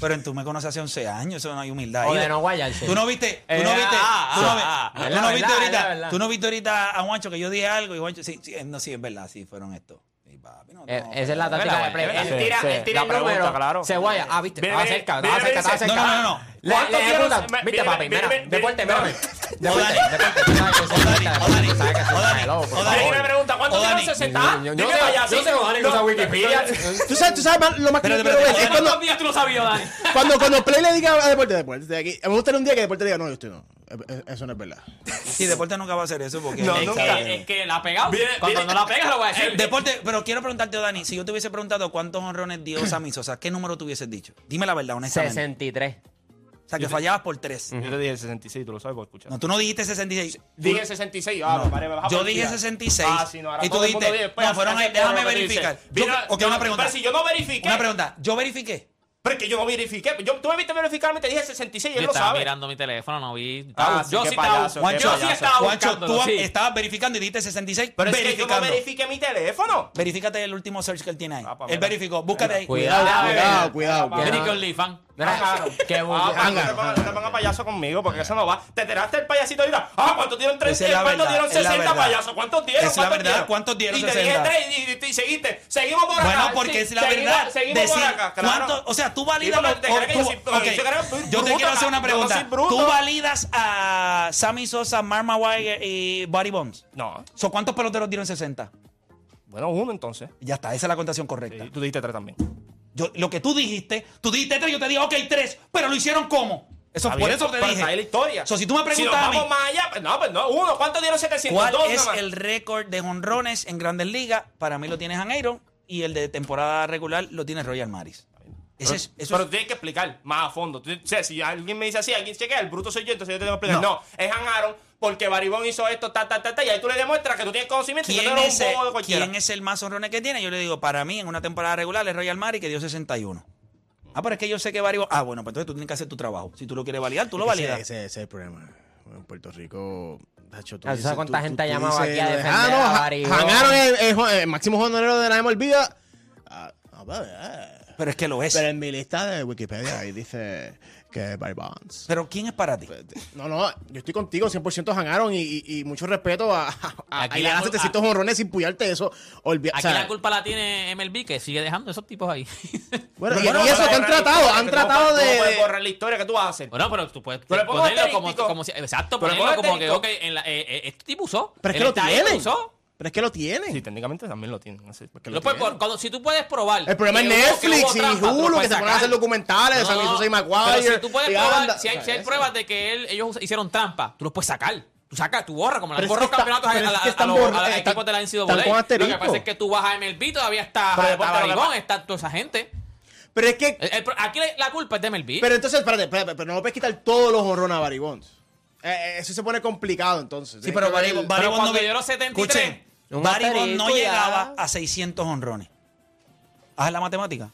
[SPEAKER 3] Pero en tú me conoces hace 11 años, eso no hay humildad.
[SPEAKER 5] O
[SPEAKER 3] ahí.
[SPEAKER 5] de no guayarse.
[SPEAKER 3] Tú no viste, tú
[SPEAKER 7] Eh,
[SPEAKER 3] no viste,
[SPEAKER 7] ah,
[SPEAKER 3] tú no
[SPEAKER 7] ah,
[SPEAKER 3] vi-
[SPEAKER 7] ah,
[SPEAKER 3] tú no
[SPEAKER 5] verdad,
[SPEAKER 3] viste
[SPEAKER 5] verdad,
[SPEAKER 3] ahorita,
[SPEAKER 5] verdad.
[SPEAKER 3] tú no viste ahorita a Juancho que yo dije algo y Juancho, sí, sí, eh, no, sí, es verdad, sí, fueron esto. Sí, papi, no,
[SPEAKER 5] Eh,
[SPEAKER 3] no,
[SPEAKER 5] Esa es la
[SPEAKER 3] pero-
[SPEAKER 5] táctica de Play.
[SPEAKER 7] verdad,
[SPEAKER 5] Él
[SPEAKER 8] sí,
[SPEAKER 5] tira,
[SPEAKER 8] sí.
[SPEAKER 5] él tira el
[SPEAKER 8] La pregunta,
[SPEAKER 5] número,
[SPEAKER 8] claro.
[SPEAKER 5] se guaya. Ah, viste,
[SPEAKER 8] Mira,
[SPEAKER 5] estaba
[SPEAKER 8] mira,
[SPEAKER 5] cerca, estaba
[SPEAKER 8] mira,
[SPEAKER 5] cerca, estaba
[SPEAKER 8] mira,
[SPEAKER 5] cerca.
[SPEAKER 3] no, no, no, no.
[SPEAKER 5] Le, le
[SPEAKER 8] ¿Cuántos tiros?
[SPEAKER 5] ejecutan.
[SPEAKER 8] Mira,
[SPEAKER 5] Viste,
[SPEAKER 8] mira,
[SPEAKER 5] papi,
[SPEAKER 8] mira,
[SPEAKER 5] mira,
[SPEAKER 8] mira,
[SPEAKER 5] deporte,
[SPEAKER 8] mira.
[SPEAKER 5] mírame. Ya fuiste, ya fuiste, tú sabes que soy
[SPEAKER 3] Odani, Odani,
[SPEAKER 5] Instagram, tú sabes que soy
[SPEAKER 3] Odani,
[SPEAKER 5] Instagram, por
[SPEAKER 3] Odani.
[SPEAKER 5] favor.
[SPEAKER 4] Hay una pregunta, ¿cuánto
[SPEAKER 3] Odani.
[SPEAKER 4] tiene 60?
[SPEAKER 5] Yo- yo-
[SPEAKER 4] Dime
[SPEAKER 5] yo sé-
[SPEAKER 4] vaya,
[SPEAKER 8] yo sé que Odani usa Wikipedia.
[SPEAKER 6] Tú sabes, tú sabes más- lo más que yo
[SPEAKER 3] Espérate,
[SPEAKER 6] quiero
[SPEAKER 3] espérate,
[SPEAKER 6] ver. Es cuando,
[SPEAKER 4] ¿Cuántos días tú lo sabías, Dani?
[SPEAKER 6] cuando, cuando Play le diga a Deporte, Deporte, de aquí. Me gustaría un día que Deporte diga, no, yo estoy no. Eh, eh, Eso no es verdad.
[SPEAKER 3] Sí, deporte nunca va a hacer eso porque.
[SPEAKER 4] No,
[SPEAKER 7] Es
[SPEAKER 4] nunca.
[SPEAKER 7] que, es que la ha pegado.
[SPEAKER 4] Viene-
[SPEAKER 7] Cuando
[SPEAKER 4] viene-
[SPEAKER 7] no la pega, lo voy a decir.
[SPEAKER 3] Eh, Deporte, pero quiero preguntarte, Dani, si yo te hubiese preguntado cuántos honrones dio Sammy Sosa, ¿qué número te hubieses dicho? Dime la verdad, honestamente.
[SPEAKER 5] 63.
[SPEAKER 3] O sea, que fallabas por tres.
[SPEAKER 7] Mm.
[SPEAKER 8] Yo te dije 66, tú lo sabes por escuchar.
[SPEAKER 3] No, tú no dijiste 66.
[SPEAKER 8] Dije 66, ah, me paré, me baja
[SPEAKER 3] Yo
[SPEAKER 8] por
[SPEAKER 3] dije
[SPEAKER 8] tirar.
[SPEAKER 3] 66.
[SPEAKER 8] Ah, sí, no, ahora
[SPEAKER 3] y tú
[SPEAKER 8] todo el mundo
[SPEAKER 3] dijiste,
[SPEAKER 8] dice, pues,
[SPEAKER 3] no, fueron
[SPEAKER 8] hace
[SPEAKER 3] ahí, déjame
[SPEAKER 8] tiempo que dice.
[SPEAKER 3] verificar. Yo-
[SPEAKER 4] Mira,
[SPEAKER 3] ok,
[SPEAKER 4] yo-
[SPEAKER 3] una pregunta.
[SPEAKER 4] pero si yo no verifiqué.
[SPEAKER 3] Una pregunta. Yo verifiqué.
[SPEAKER 4] Porque yo no verifiqué. Yo, tú me viste verificarme y te dije 66 y
[SPEAKER 7] Yo
[SPEAKER 4] él lo
[SPEAKER 7] estaba
[SPEAKER 4] sabe.
[SPEAKER 7] mirando mi teléfono, no vi.
[SPEAKER 8] Ah,
[SPEAKER 7] yo
[SPEAKER 8] sí,
[SPEAKER 7] sí
[SPEAKER 8] qué payaso,
[SPEAKER 7] estaba.
[SPEAKER 8] qué
[SPEAKER 7] Yo sí
[SPEAKER 8] payaso.
[SPEAKER 7] estaba
[SPEAKER 3] Juancho,
[SPEAKER 7] buscándolo,
[SPEAKER 3] tú
[SPEAKER 7] sí.
[SPEAKER 3] estabas verificando y dijiste 66.
[SPEAKER 4] Pero es que yo no
[SPEAKER 3] verificando.
[SPEAKER 4] verifiqué mi teléfono.
[SPEAKER 3] Verifícate el último search que él tiene ahí.
[SPEAKER 4] Ah, pa,
[SPEAKER 3] él
[SPEAKER 4] mira.
[SPEAKER 3] verificó. Búscate ahí.
[SPEAKER 5] Cuidado,
[SPEAKER 7] Ah,
[SPEAKER 6] Cuidado, cuidado.
[SPEAKER 5] Ya.
[SPEAKER 6] cuidado.
[SPEAKER 7] Vení con Lifan.
[SPEAKER 5] Mira,
[SPEAKER 4] Ajá.
[SPEAKER 5] qué bu-
[SPEAKER 4] Ah, pues, no
[SPEAKER 6] ángaro,
[SPEAKER 4] te pongas- no te pongas payaso conmigo porque eso no va. Te enteraste el payasito ahorita. Ah, ¿cuántos dieron
[SPEAKER 3] Esa es
[SPEAKER 4] 30?
[SPEAKER 3] la
[SPEAKER 4] ¿Cuántos
[SPEAKER 3] verdad,
[SPEAKER 4] dieron
[SPEAKER 3] es la
[SPEAKER 4] 60
[SPEAKER 3] verdad.
[SPEAKER 4] payasos? ¿Cuántos dieron?
[SPEAKER 3] Es la verdad, ¿cuántos dieron
[SPEAKER 4] Y te
[SPEAKER 3] 60?
[SPEAKER 4] dije 3 y, y- y seguiste. Seguimos por acá.
[SPEAKER 3] Bueno, porque es la
[SPEAKER 4] Seguimos-
[SPEAKER 3] verdad.
[SPEAKER 4] Seguimos
[SPEAKER 3] decir,
[SPEAKER 4] por acá, claro.
[SPEAKER 3] ¿cuánto- o sea, tú validas.
[SPEAKER 4] Sí, pero
[SPEAKER 3] lo-
[SPEAKER 4] te
[SPEAKER 3] o
[SPEAKER 4] crees que yo
[SPEAKER 3] tú-
[SPEAKER 4] soy- yo
[SPEAKER 3] ok.
[SPEAKER 4] soy- yo soy
[SPEAKER 3] Yo te
[SPEAKER 4] bruto,
[SPEAKER 3] quiero hacer una
[SPEAKER 4] yo no soy
[SPEAKER 3] pregunta.
[SPEAKER 4] bruto.
[SPEAKER 3] ¿Tú validas a Sammy Sosa, Mark Maguire y Buddy Bones?
[SPEAKER 4] No.
[SPEAKER 3] So, ¿Cuántos peloteros dieron 60?
[SPEAKER 4] Bueno, uno entonces.
[SPEAKER 3] Ya está, esa es la contación correcta.
[SPEAKER 4] Y tú dijiste tres también.
[SPEAKER 3] Pues Yo, lo que tú dijiste, tú dijiste tres, yo te dije, ok, tres, pero lo hicieron cómo. Eso,
[SPEAKER 4] Está
[SPEAKER 3] por
[SPEAKER 4] bien,
[SPEAKER 3] eso te
[SPEAKER 4] pero
[SPEAKER 3] dije.
[SPEAKER 4] está ahí la historia.
[SPEAKER 3] So, si tú me
[SPEAKER 4] Si nos
[SPEAKER 3] preguntas a mí,
[SPEAKER 4] vamos más allá, pues no, pues no. Uno, ¿cuántos dieron 700?
[SPEAKER 3] ¿cuál
[SPEAKER 4] Dos
[SPEAKER 3] es
[SPEAKER 4] nada más.
[SPEAKER 3] el récord de jonrones en Grandes Ligas? Para mí lo tiene Janeiro y el de temporada regular lo tiene Royal Maris. Ese es, eso
[SPEAKER 4] pero
[SPEAKER 3] es-
[SPEAKER 4] tú tienes que explicar más a fondo. Tú- o sea, si alguien me dice así, alguien chequea, el bruto soy yo, entonces yo te tengo que explicar. No, es Han Aaron porque Baribón hizo esto, ta, ta, ta, ta, y ahí tú le demuestras que tú tienes conocimiento y que tú
[SPEAKER 3] ¿Quién
[SPEAKER 4] eres
[SPEAKER 3] es,
[SPEAKER 4] un
[SPEAKER 3] el,
[SPEAKER 4] bobo de cualquiera.
[SPEAKER 3] quién es el más honrones que tiene? Yo le digo, para mí en una temporada regular es Royal Maris que dio 61. Ah, pero es que yo sé que varios. Ah, bueno, pues entonces tú tienes que hacer tu trabajo. Si tú lo quieres validar, tú lo
[SPEAKER 6] Ese,
[SPEAKER 3] validas.
[SPEAKER 6] ese- ese es el problema. En Puerto Rico, Nacho, tú
[SPEAKER 5] Ah, ¿tú sabes
[SPEAKER 6] dices-
[SPEAKER 5] cuánta
[SPEAKER 6] tú-
[SPEAKER 5] gente
[SPEAKER 6] tú- tú
[SPEAKER 5] llamaba
[SPEAKER 6] dices,
[SPEAKER 5] aquí a defender
[SPEAKER 6] Ah, no,
[SPEAKER 5] a
[SPEAKER 6] ja-
[SPEAKER 5] Barry
[SPEAKER 6] Jangaron
[SPEAKER 5] Bonds"?
[SPEAKER 6] el, el jo- el máximo jonrero de la MLB. Ah, no, pero, eh,
[SPEAKER 3] Pero es que lo es.
[SPEAKER 6] pero
[SPEAKER 3] Pero,
[SPEAKER 6] en mi lista de Wikipedia ahí dice que Barry Bonds.
[SPEAKER 3] ¿quién es para
[SPEAKER 6] Pues,
[SPEAKER 3] ti?
[SPEAKER 6] No, no, yo estoy contigo, 100% jangaron y, y, y mucho respeto a, a, a
[SPEAKER 7] Aquí
[SPEAKER 6] y
[SPEAKER 7] la
[SPEAKER 6] le das
[SPEAKER 7] cul-
[SPEAKER 6] 700 honrones sin puyarte eso. Olvida,
[SPEAKER 7] Aquí la culpa la tiene MLB que sigue dejando esos tipos ahí.
[SPEAKER 6] Bueno,
[SPEAKER 4] No,
[SPEAKER 6] y,
[SPEAKER 4] no,
[SPEAKER 6] y
[SPEAKER 4] no
[SPEAKER 6] eso
[SPEAKER 4] puedes
[SPEAKER 6] que han
[SPEAKER 4] borrar la
[SPEAKER 6] tratado,
[SPEAKER 4] historia,
[SPEAKER 6] han
[SPEAKER 4] que tú no
[SPEAKER 6] tratado
[SPEAKER 4] puedes- tú No puedes
[SPEAKER 6] de.
[SPEAKER 4] borrar la historia que tú vas a hacer.
[SPEAKER 7] Bueno, pero tú puedes
[SPEAKER 4] Pero le pongo
[SPEAKER 7] ponerlo como,
[SPEAKER 4] asterisco.
[SPEAKER 7] como si. Exacto,
[SPEAKER 4] Pero le
[SPEAKER 7] ponerlo
[SPEAKER 4] pongo
[SPEAKER 7] como que, ok,
[SPEAKER 4] asterisco.
[SPEAKER 7] en la- eh, eh, este tipo usó.
[SPEAKER 6] Pero es que
[SPEAKER 7] Él
[SPEAKER 6] lo
[SPEAKER 7] está ahí,
[SPEAKER 6] tienen.
[SPEAKER 7] usó.
[SPEAKER 6] Pero es que lo tienen.
[SPEAKER 4] Sí, técnicamente también lo tienen. así, porque
[SPEAKER 6] Lo
[SPEAKER 7] Lo puedes
[SPEAKER 6] tienen.
[SPEAKER 7] por- cuando- si tú puedes probar.
[SPEAKER 6] El problema es
[SPEAKER 7] que hubo- que
[SPEAKER 6] Netflix
[SPEAKER 7] hubo
[SPEAKER 6] y
[SPEAKER 7] trampa, tú lo
[SPEAKER 6] Hulu que
[SPEAKER 7] puedes
[SPEAKER 6] se ponen a
[SPEAKER 7] sacar.
[SPEAKER 6] hacer documentales de Sammy
[SPEAKER 7] No,
[SPEAKER 6] Sosa y
[SPEAKER 7] pero
[SPEAKER 6] Maguire.
[SPEAKER 7] Si tú puedes
[SPEAKER 6] y la
[SPEAKER 7] probar,
[SPEAKER 6] banda.
[SPEAKER 7] si hay,
[SPEAKER 6] O sea,
[SPEAKER 7] si hay
[SPEAKER 6] eso.
[SPEAKER 7] pruebas de que él, ellos hicieron trampa, tú los puedes sacar. Tú sacas, tú borras, como le han
[SPEAKER 6] Pero es que
[SPEAKER 7] borrado
[SPEAKER 6] está-
[SPEAKER 7] campeonatos a,
[SPEAKER 6] pero es
[SPEAKER 7] a-
[SPEAKER 6] que
[SPEAKER 7] a
[SPEAKER 6] están
[SPEAKER 7] los,
[SPEAKER 6] borra- eh,
[SPEAKER 7] a los
[SPEAKER 6] están-
[SPEAKER 7] equipos de la NCAA.
[SPEAKER 6] están con
[SPEAKER 7] Lo que
[SPEAKER 6] asterisco.
[SPEAKER 7] pasa es que tú vas a MLB, todavía está
[SPEAKER 4] Pero
[SPEAKER 7] está
[SPEAKER 4] deporte, lo que
[SPEAKER 7] Barigón,
[SPEAKER 4] pasa-
[SPEAKER 7] está toda esa gente.
[SPEAKER 6] Pero es que.
[SPEAKER 7] El- el pro- aquí la- la culpa es de MLB.
[SPEAKER 6] Pero entonces, espérate, espérate, pero no puedes quitar todos los honrones a Barry Bonds. Eh, eh, eso se pone complicado entonces.
[SPEAKER 3] Sí,
[SPEAKER 6] Tienes
[SPEAKER 3] pero
[SPEAKER 6] que ver
[SPEAKER 3] Barry,
[SPEAKER 6] el-
[SPEAKER 3] Barry
[SPEAKER 7] pero
[SPEAKER 3] Bonds
[SPEAKER 7] cuando
[SPEAKER 3] no-
[SPEAKER 7] yo era 73,
[SPEAKER 3] Escuchen,
[SPEAKER 5] un
[SPEAKER 3] Barry Bonds no
[SPEAKER 5] asterisco ya.
[SPEAKER 3] llegaba a 600 honrones. Haz la matemática.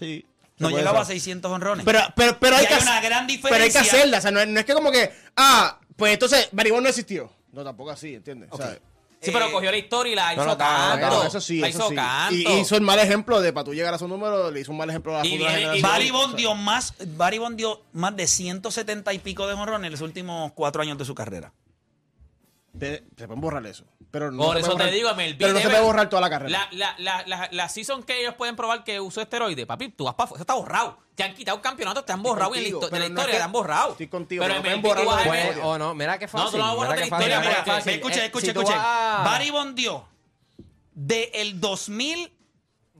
[SPEAKER 6] Sí.
[SPEAKER 3] No
[SPEAKER 6] Se puede
[SPEAKER 3] llegaba a
[SPEAKER 6] hacer.
[SPEAKER 3] 600 honrones.
[SPEAKER 6] Pero, pero, pero hay,
[SPEAKER 3] Y
[SPEAKER 6] que
[SPEAKER 3] hay
[SPEAKER 6] hac-
[SPEAKER 3] una gran
[SPEAKER 6] Pero hay que
[SPEAKER 3] diferencia.
[SPEAKER 6] hacerla. O sea, no, es- no es que como que. Ah, pues entonces Barry Bonds no existió. No, tampoco así, ¿entiendes? O sea,
[SPEAKER 7] sí, pero
[SPEAKER 3] eh,
[SPEAKER 7] cogió la historia y la hizo
[SPEAKER 5] no, no,
[SPEAKER 7] canto.
[SPEAKER 6] claro, eso sí,
[SPEAKER 7] la
[SPEAKER 6] eso
[SPEAKER 7] hizo
[SPEAKER 6] sí.
[SPEAKER 7] canto.
[SPEAKER 6] Y hizo el mal ejemplo de para tú llegar a su número, le hizo un mal ejemplo a la
[SPEAKER 7] Y
[SPEAKER 6] futura
[SPEAKER 7] viene- y
[SPEAKER 6] generación.
[SPEAKER 3] Barry
[SPEAKER 6] O sea,
[SPEAKER 3] Bonds dio más, Barry Bonds dio más de 170 y pico de honrones en los últimos cuatro años de su carrera.
[SPEAKER 6] te- Se pueden borrar eso. Pero no
[SPEAKER 7] Por
[SPEAKER 6] se
[SPEAKER 7] eso
[SPEAKER 6] puede borrar-
[SPEAKER 7] te digo, MLB.
[SPEAKER 6] Pero no se
[SPEAKER 7] debe-
[SPEAKER 6] puede borrar toda la carrera.
[SPEAKER 7] La, la, la, la, la season que ellos pueden probar que usó esteroide, papi, tú vas para Eso está borrado. Te han quitado campeonatos, te han
[SPEAKER 6] Estoy
[SPEAKER 7] borrado y en la,
[SPEAKER 6] contigo,
[SPEAKER 7] histo- de
[SPEAKER 6] pero
[SPEAKER 7] la
[SPEAKER 6] no
[SPEAKER 7] historia,
[SPEAKER 6] es que-
[SPEAKER 7] te han borrado.
[SPEAKER 6] Estoy contigo,
[SPEAKER 7] Pero
[SPEAKER 6] pero
[SPEAKER 7] en
[SPEAKER 6] pueden
[SPEAKER 7] MLB tú
[SPEAKER 6] borrar
[SPEAKER 7] vas a
[SPEAKER 6] la
[SPEAKER 7] ver-
[SPEAKER 5] Pues,
[SPEAKER 6] historia.
[SPEAKER 5] o no, mira qué fácil.
[SPEAKER 7] No, tú no vas a borrar
[SPEAKER 5] mira qué
[SPEAKER 7] la historia,
[SPEAKER 5] fácil,
[SPEAKER 7] mira,
[SPEAKER 5] qué fácil.
[SPEAKER 3] escucha,
[SPEAKER 5] Eh,
[SPEAKER 3] escucha,
[SPEAKER 5] si tú
[SPEAKER 3] escucha.
[SPEAKER 5] vas-
[SPEAKER 3] Barry Bonds dio de el 2000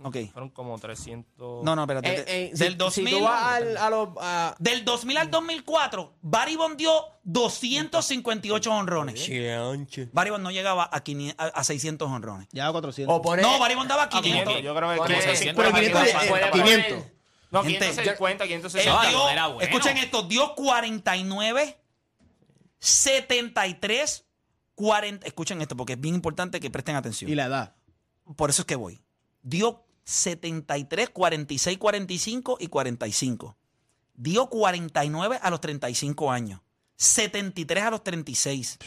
[SPEAKER 3] Ok.
[SPEAKER 4] Fueron como 300.
[SPEAKER 3] No, no, espérate.
[SPEAKER 5] Eh, eh, si-
[SPEAKER 3] del 2000
[SPEAKER 5] Si tú vas al- a los... a-
[SPEAKER 3] del 2000 al 2004, Barry Bonds dio 258 honrones. Barry Bonds no llegaba a, 500 a- a 600 honrones.
[SPEAKER 6] Ya 400.
[SPEAKER 5] O pones...
[SPEAKER 3] No, Barry Bonds daba
[SPEAKER 4] Yo
[SPEAKER 3] 500.
[SPEAKER 4] yo creo que.
[SPEAKER 7] Como
[SPEAKER 4] que-
[SPEAKER 7] 600,
[SPEAKER 4] pero
[SPEAKER 6] pero
[SPEAKER 4] aquí
[SPEAKER 6] 500,
[SPEAKER 4] no
[SPEAKER 6] eh,
[SPEAKER 4] se puede
[SPEAKER 6] 500.
[SPEAKER 4] poner. No,
[SPEAKER 3] Gente,
[SPEAKER 4] 550,
[SPEAKER 3] Él
[SPEAKER 4] 560.
[SPEAKER 7] Exacto,
[SPEAKER 3] dio-
[SPEAKER 7] era bueno.
[SPEAKER 3] Escuchen esto, dio 49, 73, 40. Escuchen esto porque es bien importante que presten atención.
[SPEAKER 6] Y la edad.
[SPEAKER 3] Por eso es que voy. Dio 73, 46, 45 y 45. Dio 49 a los 35 años. 73 a los 36.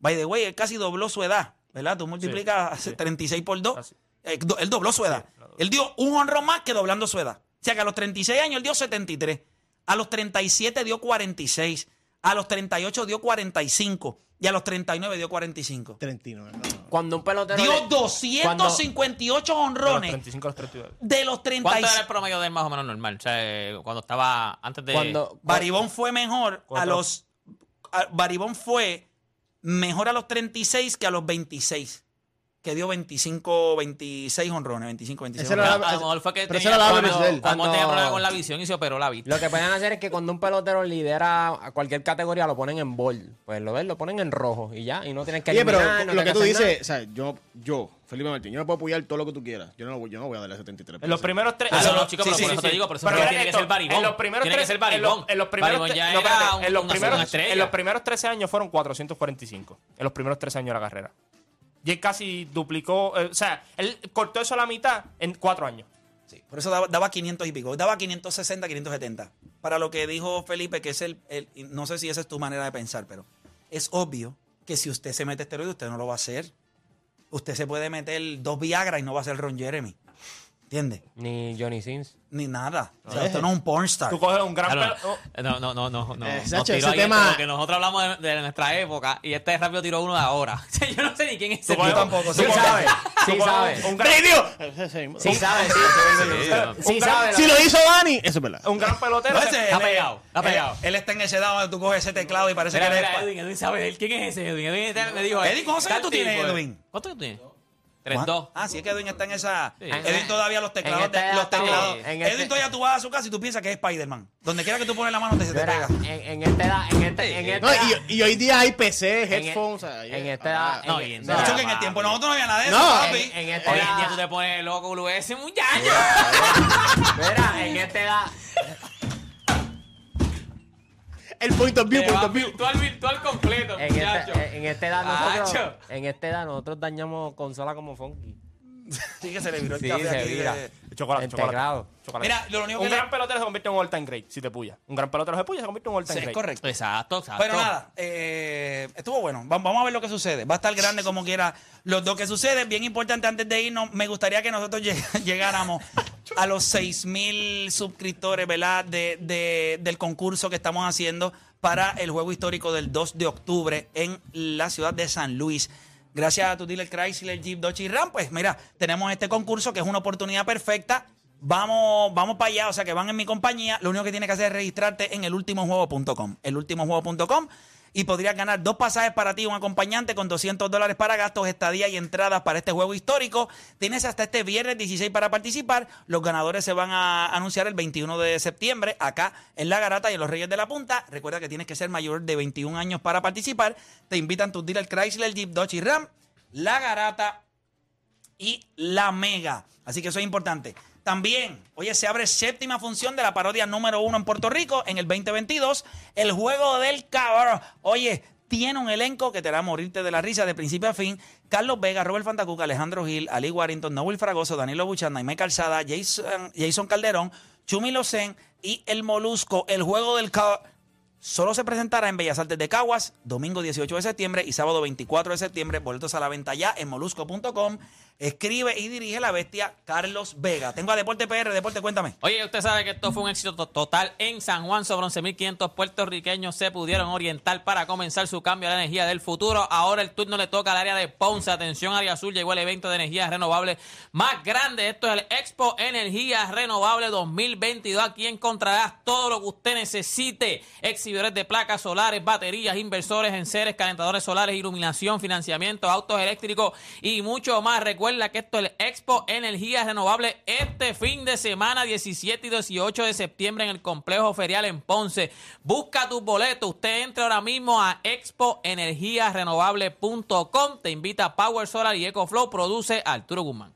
[SPEAKER 3] By the way, él casi dobló su edad, ¿verdad? Tú multiplicas 36 por 2.
[SPEAKER 4] Así.
[SPEAKER 3] él dobló su edad. Él dio un honrón más que doblando su edad. O sea que a los 36 años él dio 73. A los 37 dio 46. A los 38 dio 45. Y a los 39 dio 45.
[SPEAKER 6] 39. no, no.
[SPEAKER 5] Cuando un pelotero...
[SPEAKER 3] Dio
[SPEAKER 5] le-
[SPEAKER 3] 258 honrones
[SPEAKER 4] 35 a los 39.
[SPEAKER 3] de los 30.
[SPEAKER 7] ¿Cuánto era el promedio de él más o menos normal? O sea, eh, cuando estaba antes de.
[SPEAKER 5] Cuando...
[SPEAKER 3] Baribón fue mejor a
[SPEAKER 4] Cuatro.
[SPEAKER 3] los a- Baribón fue mejor a los 36 que a los 26. Que dio 25, 26 honrones, 25, 26
[SPEAKER 6] Esa
[SPEAKER 7] A
[SPEAKER 6] era la-
[SPEAKER 3] honrones.
[SPEAKER 7] a lo mejor fue que tenía
[SPEAKER 6] Pero esa era la
[SPEAKER 7] cuando-
[SPEAKER 6] average de él.
[SPEAKER 7] cuando tenía
[SPEAKER 5] Cuando-
[SPEAKER 7] problema con la visión y se operó la vista.
[SPEAKER 5] Lo que pueden hacer es que cuando un pelotero lidera a cualquier categoría lo ponen en bold. Pues lo ves, lo ponen en rojo y ya. Y no tienen que
[SPEAKER 6] Oye, pero
[SPEAKER 5] eliminar, no
[SPEAKER 6] lo
[SPEAKER 5] tienen
[SPEAKER 6] que tú
[SPEAKER 5] hacer nada.
[SPEAKER 6] dices, o sea, yo, yo, Felipe Martín, yo no puedo apoyar todo lo que tú quieras. Yo no, yo no voy a darle 73
[SPEAKER 8] En los primeros tres.
[SPEAKER 7] Ah,
[SPEAKER 8] en
[SPEAKER 7] no,
[SPEAKER 8] los-
[SPEAKER 7] no, chicos,
[SPEAKER 8] sí,
[SPEAKER 7] pero
[SPEAKER 8] sí,
[SPEAKER 7] por eso
[SPEAKER 8] sí,
[SPEAKER 7] te
[SPEAKER 8] sí.
[SPEAKER 7] digo, por eso
[SPEAKER 8] Pero
[SPEAKER 7] tiene
[SPEAKER 8] miren
[SPEAKER 7] que
[SPEAKER 8] esto,
[SPEAKER 7] ser Baribón.
[SPEAKER 8] En los primeros
[SPEAKER 7] Tiene que
[SPEAKER 8] tres-
[SPEAKER 7] ser Baribón.
[SPEAKER 8] en los- En los primeros
[SPEAKER 7] Baribón ya
[SPEAKER 8] tres- no,
[SPEAKER 7] era
[SPEAKER 8] espérate,
[SPEAKER 7] un-
[SPEAKER 8] en los
[SPEAKER 7] una
[SPEAKER 8] primeros-
[SPEAKER 7] segunda estrella.
[SPEAKER 8] En los primeros 13 años fueron 445. En los primeros 13 años de la carrera. Y él casi duplicó. eh, o sea, él cortó eso a la mitad en cuatro años.
[SPEAKER 3] Sí, por eso daba, daba 500 y pico. Daba 560, 570. Para lo que dijo Felipe, que es el, el- y No sé si esa es tu manera de pensar, pero es obvio que si usted se mete esteroide, usted no lo va a hacer. Usted se puede meter dos Viagra y no va a ser Ron Jeremy. ¿Entiendes?
[SPEAKER 5] Ni Johnny Sins.
[SPEAKER 3] Ni nada. O
[SPEAKER 7] Eh.
[SPEAKER 3] sea, usted no es un pornstar.
[SPEAKER 8] Tú coges un gran.
[SPEAKER 7] Claro,
[SPEAKER 8] pelo-
[SPEAKER 7] No, no, no, no. no
[SPEAKER 6] oh. Eh,
[SPEAKER 7] nos
[SPEAKER 6] Sacho,
[SPEAKER 7] tiró
[SPEAKER 6] ese
[SPEAKER 7] ahí
[SPEAKER 6] tema-
[SPEAKER 7] Porque nosotros hablamos de, de nuestra época y este rápido tiró uno de ahora. O sea, yo no sé ni quién es ese.
[SPEAKER 8] Tú coges-
[SPEAKER 7] tipo.
[SPEAKER 3] tampoco,
[SPEAKER 8] tú
[SPEAKER 3] sí
[SPEAKER 8] coges-
[SPEAKER 5] sabe,
[SPEAKER 8] tú
[SPEAKER 5] sí
[SPEAKER 8] coges
[SPEAKER 5] sabe.
[SPEAKER 8] un- Un gran,
[SPEAKER 6] Si
[SPEAKER 5] Sí sabe, sí.
[SPEAKER 7] Sí,
[SPEAKER 5] Sí sabe.
[SPEAKER 6] lo hizo Dani, eso es verdad.
[SPEAKER 8] un gran pelotero.
[SPEAKER 3] No,
[SPEAKER 8] se-
[SPEAKER 3] ese-
[SPEAKER 7] Está pegado, está
[SPEAKER 3] Pues, él-
[SPEAKER 7] pegado.
[SPEAKER 3] Él, está en ese lado donde tú coges ese teclado y parece
[SPEAKER 7] Mira,
[SPEAKER 3] que él
[SPEAKER 7] mira,
[SPEAKER 3] es-
[SPEAKER 7] Edwin, Edwin sabe él. ¿Quién es ese Edwin? Edwin este me dijo.
[SPEAKER 3] Edwin, ¿cuántos años tú
[SPEAKER 7] Cartier,
[SPEAKER 3] tienes,
[SPEAKER 7] pues.
[SPEAKER 3] Edwin?
[SPEAKER 7] ¿Cuántos años tienes?
[SPEAKER 3] ¿Cuán-
[SPEAKER 7] 32.
[SPEAKER 3] Ah, sí, es que Edwin está en esa.
[SPEAKER 7] Sí.
[SPEAKER 3] Edwin todavía los teclados.
[SPEAKER 5] En este
[SPEAKER 3] te- los
[SPEAKER 5] dato,
[SPEAKER 3] teclados.
[SPEAKER 5] en
[SPEAKER 3] Edwin
[SPEAKER 5] este-
[SPEAKER 3] todavía tú vas a su casa y tú piensas que es Spider-Man. Donde quiera que tú pones la mano, te se te
[SPEAKER 5] Mira,
[SPEAKER 3] pega.
[SPEAKER 5] en, en esta edad, en esta, en esta
[SPEAKER 6] No,
[SPEAKER 5] edad-
[SPEAKER 6] y, y hoy día hay PC,
[SPEAKER 5] en e-
[SPEAKER 6] headphones. o sea,
[SPEAKER 5] en
[SPEAKER 6] ya-
[SPEAKER 5] esta edad,
[SPEAKER 6] ah,
[SPEAKER 7] no,
[SPEAKER 5] en-
[SPEAKER 7] y en-
[SPEAKER 5] mira,
[SPEAKER 3] No,
[SPEAKER 7] Mira,
[SPEAKER 3] hecho, que en el tiempo de nosotros no había nada de eso,
[SPEAKER 6] No,
[SPEAKER 3] papi.
[SPEAKER 5] en- en esta
[SPEAKER 7] Hoy en
[SPEAKER 3] Ah.
[SPEAKER 7] día tú
[SPEAKER 5] edad,
[SPEAKER 7] te pones loco con ese muchacho.
[SPEAKER 5] mira, en esta edad,
[SPEAKER 6] El point of view,
[SPEAKER 7] Te
[SPEAKER 6] point
[SPEAKER 7] va
[SPEAKER 6] of view.
[SPEAKER 7] Virtual, virtual completo,
[SPEAKER 5] en
[SPEAKER 7] muchacho.
[SPEAKER 5] esta, en esta edad nosotros,
[SPEAKER 7] Acho.
[SPEAKER 5] en esta edad nosotros dañamos consola como Funky.
[SPEAKER 3] Sí, que se le viró el
[SPEAKER 5] Sí,
[SPEAKER 3] café
[SPEAKER 5] se
[SPEAKER 3] aquí de-
[SPEAKER 5] vira.
[SPEAKER 8] Chocolate, chocolate,
[SPEAKER 5] El teclado.
[SPEAKER 8] chocolate.
[SPEAKER 3] Mira, lo único
[SPEAKER 8] un
[SPEAKER 3] que le-
[SPEAKER 8] gran pelotero se convierte en un all-time great si te puya. Un gran pelotero se puya se convierte en un
[SPEAKER 3] Sí,
[SPEAKER 8] all-time
[SPEAKER 3] es
[SPEAKER 8] great.
[SPEAKER 3] correcto.
[SPEAKER 7] Exacto, exacto.
[SPEAKER 3] Pero nada, eh, estuvo bueno. Va- Vamos a ver lo que sucede. Va a estar grande como quiera. Los dos que suceden, bien importante antes de irnos, me gustaría que nosotros lleg- llegáramos a los 6 mil suscriptores, ¿verdad? De, de- del concurso que estamos haciendo para el juego histórico del 2 de octubre en la ciudad de San Luis. Gracias a tu dealer Chrysler, Jeep, Dodge y Ram, pues mira, tenemos este concurso que es una oportunidad perfecta. Vamos, vamos para allá, o sea que van en mi compañía. Lo único que tienes que hacer es registrarte en elultimojuego.com. Elultimojuego.com y podrías ganar dos pasajes para ti, un acompañante con 200 dólares para gastos, estadía y entradas para este juego histórico. Tienes hasta este viernes 16 para participar. Los ganadores se van a anunciar el 21 de septiembre acá en La Garata y en Los Reyes de la Punta. Recuerda que tienes que ser mayor de 21 años para participar. Te invitan tus dealers Chrysler, Jeep, Dodge y Ram. La Garata y La Mega. Así que eso es importante. También, oye, se abre séptima función de la parodia número uno en Puerto Rico en el 2022, el juego del cabrón. Oye, tiene un elenco que te hará morirte de la risa de principio a fin. Carlos Vega, Robert Fantacuca, Alejandro Gil, Ali Warrington, Noel Fragoso, Danilo Buchan, Naime Calzada, Jason, Jason Calderón, Chumi Locen y El Molusco. El juego del cabrón. Solo se presentará en Bellas Artes de Caguas, domingo 18 de septiembre y sábado 24 de septiembre. Boletos a la venta ya en molusco.com. Escribe y dirige la bestia Carlos Vega. Tengo a Deporte PR. Deporte, cuéntame.
[SPEAKER 7] Oye, usted sabe que esto fue un éxito to- total en San Juan. Sobre 11.500 puertorriqueños se pudieron orientar para comenzar su cambio a la energía del futuro. Ahora el turno le toca al área de Ponce. Atención, área azul. Llegó el evento de energías renovables más grande. Esto es el Expo Energías Renovables 2022. Aquí encontrarás todo lo que usted necesite. Exhibidores de placas solares, baterías, inversores en seres, calentadores solares, iluminación, financiamiento, autos eléctricos y mucho más. Recuerda que esto es el Expo Energías Renovables este fin de semana 17 y 18 de septiembre en el Complejo Ferial en Ponce. Busca tus boletos. Usted entra ahora mismo a expoenergiasrenovables.com. Te invita Power Solar y EcoFlow. Produce Arturo Guzmán.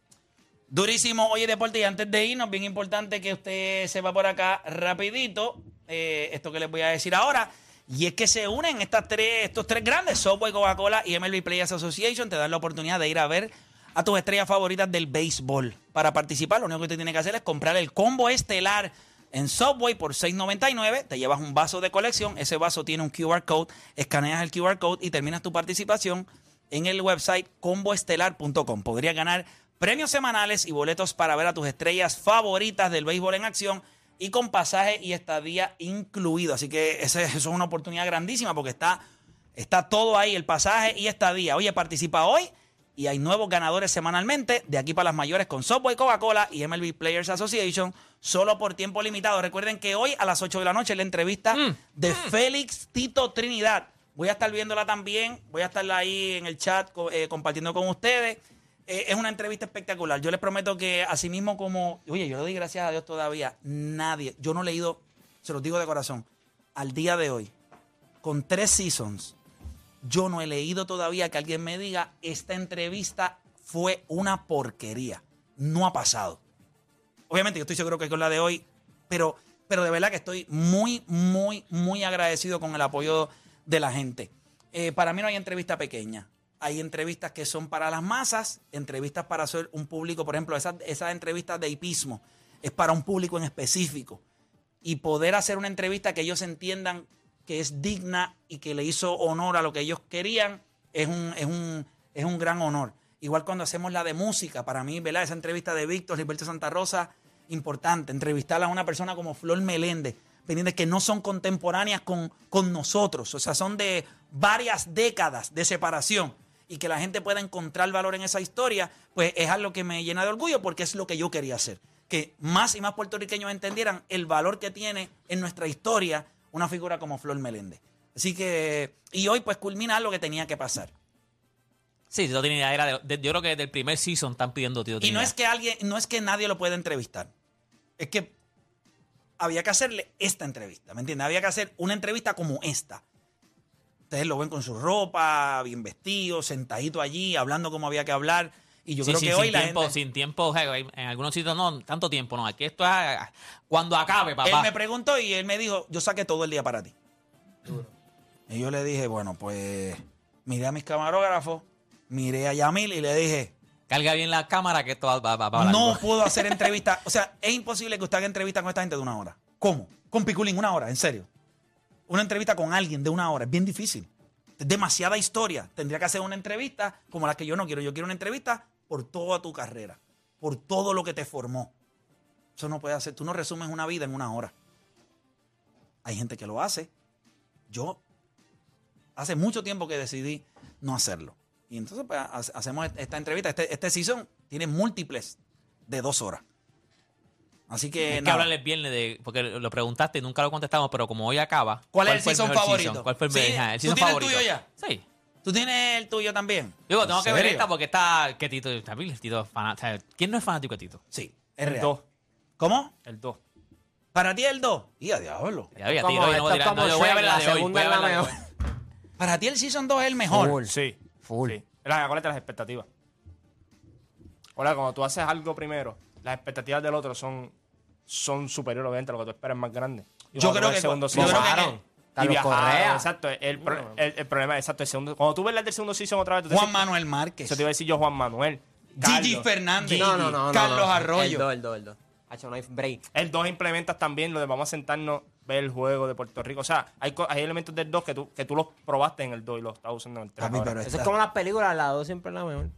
[SPEAKER 3] Durísimo. Oye, Deporte, y antes de irnos, bien importante que usted se va por acá rapidito. eh, esto que les voy a decir ahora. Y es que se unen estas tres, estos tres grandes, Software, Coca-Cola y MLB Players Association. Te dan la oportunidad de ir a ver a tus estrellas favoritas del béisbol. Para participar, lo único que usted tiene que hacer es comprar el combo estelar en Subway por $6.99. Te llevas un vaso de colección. Ese vaso tiene un QR code. Escaneas el QR code y terminas tu participación en el website comboestelar.com. Podrías ganar premios semanales y boletos para ver a tus estrellas favoritas del béisbol en acción y con pasaje y estadía incluido. Así que ese- eso es una oportunidad grandísima porque está, está todo ahí, el pasaje y estadía. Oye, participa hoy y hay nuevos ganadores semanalmente de aquí para las mayores con Subway, Coca-Cola y MLB Players Association solo por tiempo limitado. Recuerden que hoy a las 8 de la noche la entrevista de Félix Tito Trinidad. Voy a estar viéndola también. Voy a estarla ahí en el chat co- eh, compartiendo con ustedes. Eh, es una entrevista espectacular. Yo les prometo que así mismo como... Oye, yo le doy gracias a Dios todavía. Nadie, yo no he leído, se los digo de corazón, al día de hoy, con tres seasons, yo no he leído todavía que alguien me diga, esta entrevista fue una porquería. No ha pasado. Obviamente, yo estoy seguro que con la de hoy, pero, pero de verdad que estoy muy, muy, muy agradecido con el apoyo de la gente. Eh, para mí no hay entrevista pequeña. Hay entrevistas que son para las masas, entrevistas para hacer un público, por ejemplo, esas esas entrevistas de hipismo es para un público en específico y poder hacer una entrevista que ellos entiendan que es digna y que le hizo honor a lo que ellos querían, es un, es un, es un gran honor. Igual cuando hacemos la de música, para mí, ¿verdad? Esa entrevista de Víctor, Gilberto Santa Rosa, importante. Entrevistar a una persona como Flor Meléndez, pendientes que no son contemporáneas con, con nosotros, o sea, son de varias décadas de separación y que la gente pueda encontrar valor en esa historia, pues es algo que me llena de orgullo porque es lo que yo quería hacer. Que más y más puertorriqueños entendieran el valor que tiene en nuestra historia una figura como Flor Meléndez. Así que, y hoy pues culmina lo que tenía que pasar.
[SPEAKER 7] Sí, Tito Trinidad era de- de- yo creo que desde el primer season están pidiendo Tito
[SPEAKER 3] Y no
[SPEAKER 7] Trinidad.
[SPEAKER 3] es que alguien, no es que nadie lo pueda entrevistar. Es que había que hacerle esta entrevista, ¿me entiendes? Había que hacer una entrevista como esta. Ustedes lo ven con su ropa, bien vestido, sentadito allí, hablando como había que hablar. Y yo
[SPEAKER 7] Sí,
[SPEAKER 3] creo
[SPEAKER 7] sí,
[SPEAKER 3] que
[SPEAKER 7] sin
[SPEAKER 3] hoy la
[SPEAKER 7] tiempo,
[SPEAKER 3] gente-
[SPEAKER 7] sin tiempo, o sea, en algunos sitios no, tanto tiempo, no. Aquí esto es ah, cuando acabe, papá.
[SPEAKER 3] Él me preguntó y él me dijo, yo saqué todo el día para ti. Y yo le dije, bueno, pues miré a mis camarógrafos, miré a Yamil y le dije,
[SPEAKER 7] Carga bien la cámara que esto va, va, va- va
[SPEAKER 3] no
[SPEAKER 7] largo.
[SPEAKER 3] puedo hacer entrevista. O sea, es imposible que usted haga entrevista con esta gente de una hora. ¿Cómo? Con Piculín, una hora, en serio. Una entrevista con alguien de una hora es bien difícil. Es demasiada historia. Tendría que hacer una entrevista como la que yo no quiero. Yo quiero una entrevista por toda tu carrera, por todo lo que te formó. Eso no puede hacer. Tú no resumes una vida en una hora. Hay gente que lo hace. Yo hace mucho tiempo que decidí no hacerlo. Y entonces pues, ha- hacemos esta entrevista. Este, este season tiene múltiples de dos horas. Así que,
[SPEAKER 7] Hay que
[SPEAKER 3] nada.
[SPEAKER 7] hablarle el viernes de, porque lo preguntaste y nunca lo contestamos, pero como hoy acaba.
[SPEAKER 3] ¿Cuál es el
[SPEAKER 7] fue
[SPEAKER 3] season
[SPEAKER 7] mejor
[SPEAKER 3] favorito?
[SPEAKER 7] ¿Cuál fue el,
[SPEAKER 3] Sí,
[SPEAKER 7] mejor? Ajá, el
[SPEAKER 3] ¿tú
[SPEAKER 7] season
[SPEAKER 3] tienes el
[SPEAKER 7] favorito?
[SPEAKER 3] tuyo ya?
[SPEAKER 7] Sí.
[SPEAKER 3] tú tienes el tuyo también.
[SPEAKER 7] Digo,
[SPEAKER 3] ¿En
[SPEAKER 7] tengo que ver
[SPEAKER 3] serio?
[SPEAKER 7] esta porque está. Que Tito, está bien, el Tito es fanático. o sea, ¿Quién no es fanático de Tito?
[SPEAKER 3] Sí, es
[SPEAKER 4] El
[SPEAKER 3] real.
[SPEAKER 4] 2,
[SPEAKER 3] ¿Cómo?
[SPEAKER 4] el 2.
[SPEAKER 3] Para ti el 2. Y a diablo.
[SPEAKER 7] Ya había
[SPEAKER 5] Como-
[SPEAKER 7] Tito, yo no
[SPEAKER 5] esto
[SPEAKER 7] voy
[SPEAKER 5] es
[SPEAKER 7] a tirar.
[SPEAKER 5] como
[SPEAKER 7] No, yo voy a ver
[SPEAKER 5] Shrek,
[SPEAKER 7] la
[SPEAKER 5] la
[SPEAKER 7] de hoy. Voy
[SPEAKER 5] segunda
[SPEAKER 7] a ver
[SPEAKER 5] es la
[SPEAKER 7] la de hoy.
[SPEAKER 5] mejor.
[SPEAKER 3] Para ti el season 2 es el mejor.
[SPEAKER 4] Sí. Full. La, acuérdate las expectativas. Ahora, cuando tú haces algo primero, las expectativas del otro son, son superiores, obviamente, lo que tú esperas es más grande. Y
[SPEAKER 3] Yo
[SPEAKER 4] cuando tú
[SPEAKER 3] creo
[SPEAKER 4] ves
[SPEAKER 3] que
[SPEAKER 4] el segundo
[SPEAKER 3] cu- yo creo que-
[SPEAKER 4] season-
[SPEAKER 3] Claro.
[SPEAKER 4] Y
[SPEAKER 5] Carlos
[SPEAKER 4] viajaron,
[SPEAKER 5] Correa.
[SPEAKER 4] Exacto. El, pro- el, el problema es exacto. El segundo, cuando tú ves la del segundo season otra vez, tú te
[SPEAKER 3] Juan
[SPEAKER 4] dices,
[SPEAKER 3] Manuel Márquez.
[SPEAKER 4] eso te iba a decir yo, Juan Manuel.
[SPEAKER 3] Gigi
[SPEAKER 4] Carlos.
[SPEAKER 3] Fernández.
[SPEAKER 5] No, no, no, no.
[SPEAKER 3] Carlos
[SPEAKER 5] no. El
[SPEAKER 3] Arroyo.
[SPEAKER 5] dos, el dos, el dos. Hacho, no hay break.
[SPEAKER 4] El 2 implementas también lo de vamos a sentarnos, ver el juego de Puerto Rico. O sea, hay, co- hay elementos del 2 que tú, que tú los probaste en el 2 y los estás usando en el 3.
[SPEAKER 3] Papi, pero
[SPEAKER 5] Eso
[SPEAKER 3] esta-
[SPEAKER 5] es como las películas, la dos siempre es la mejor.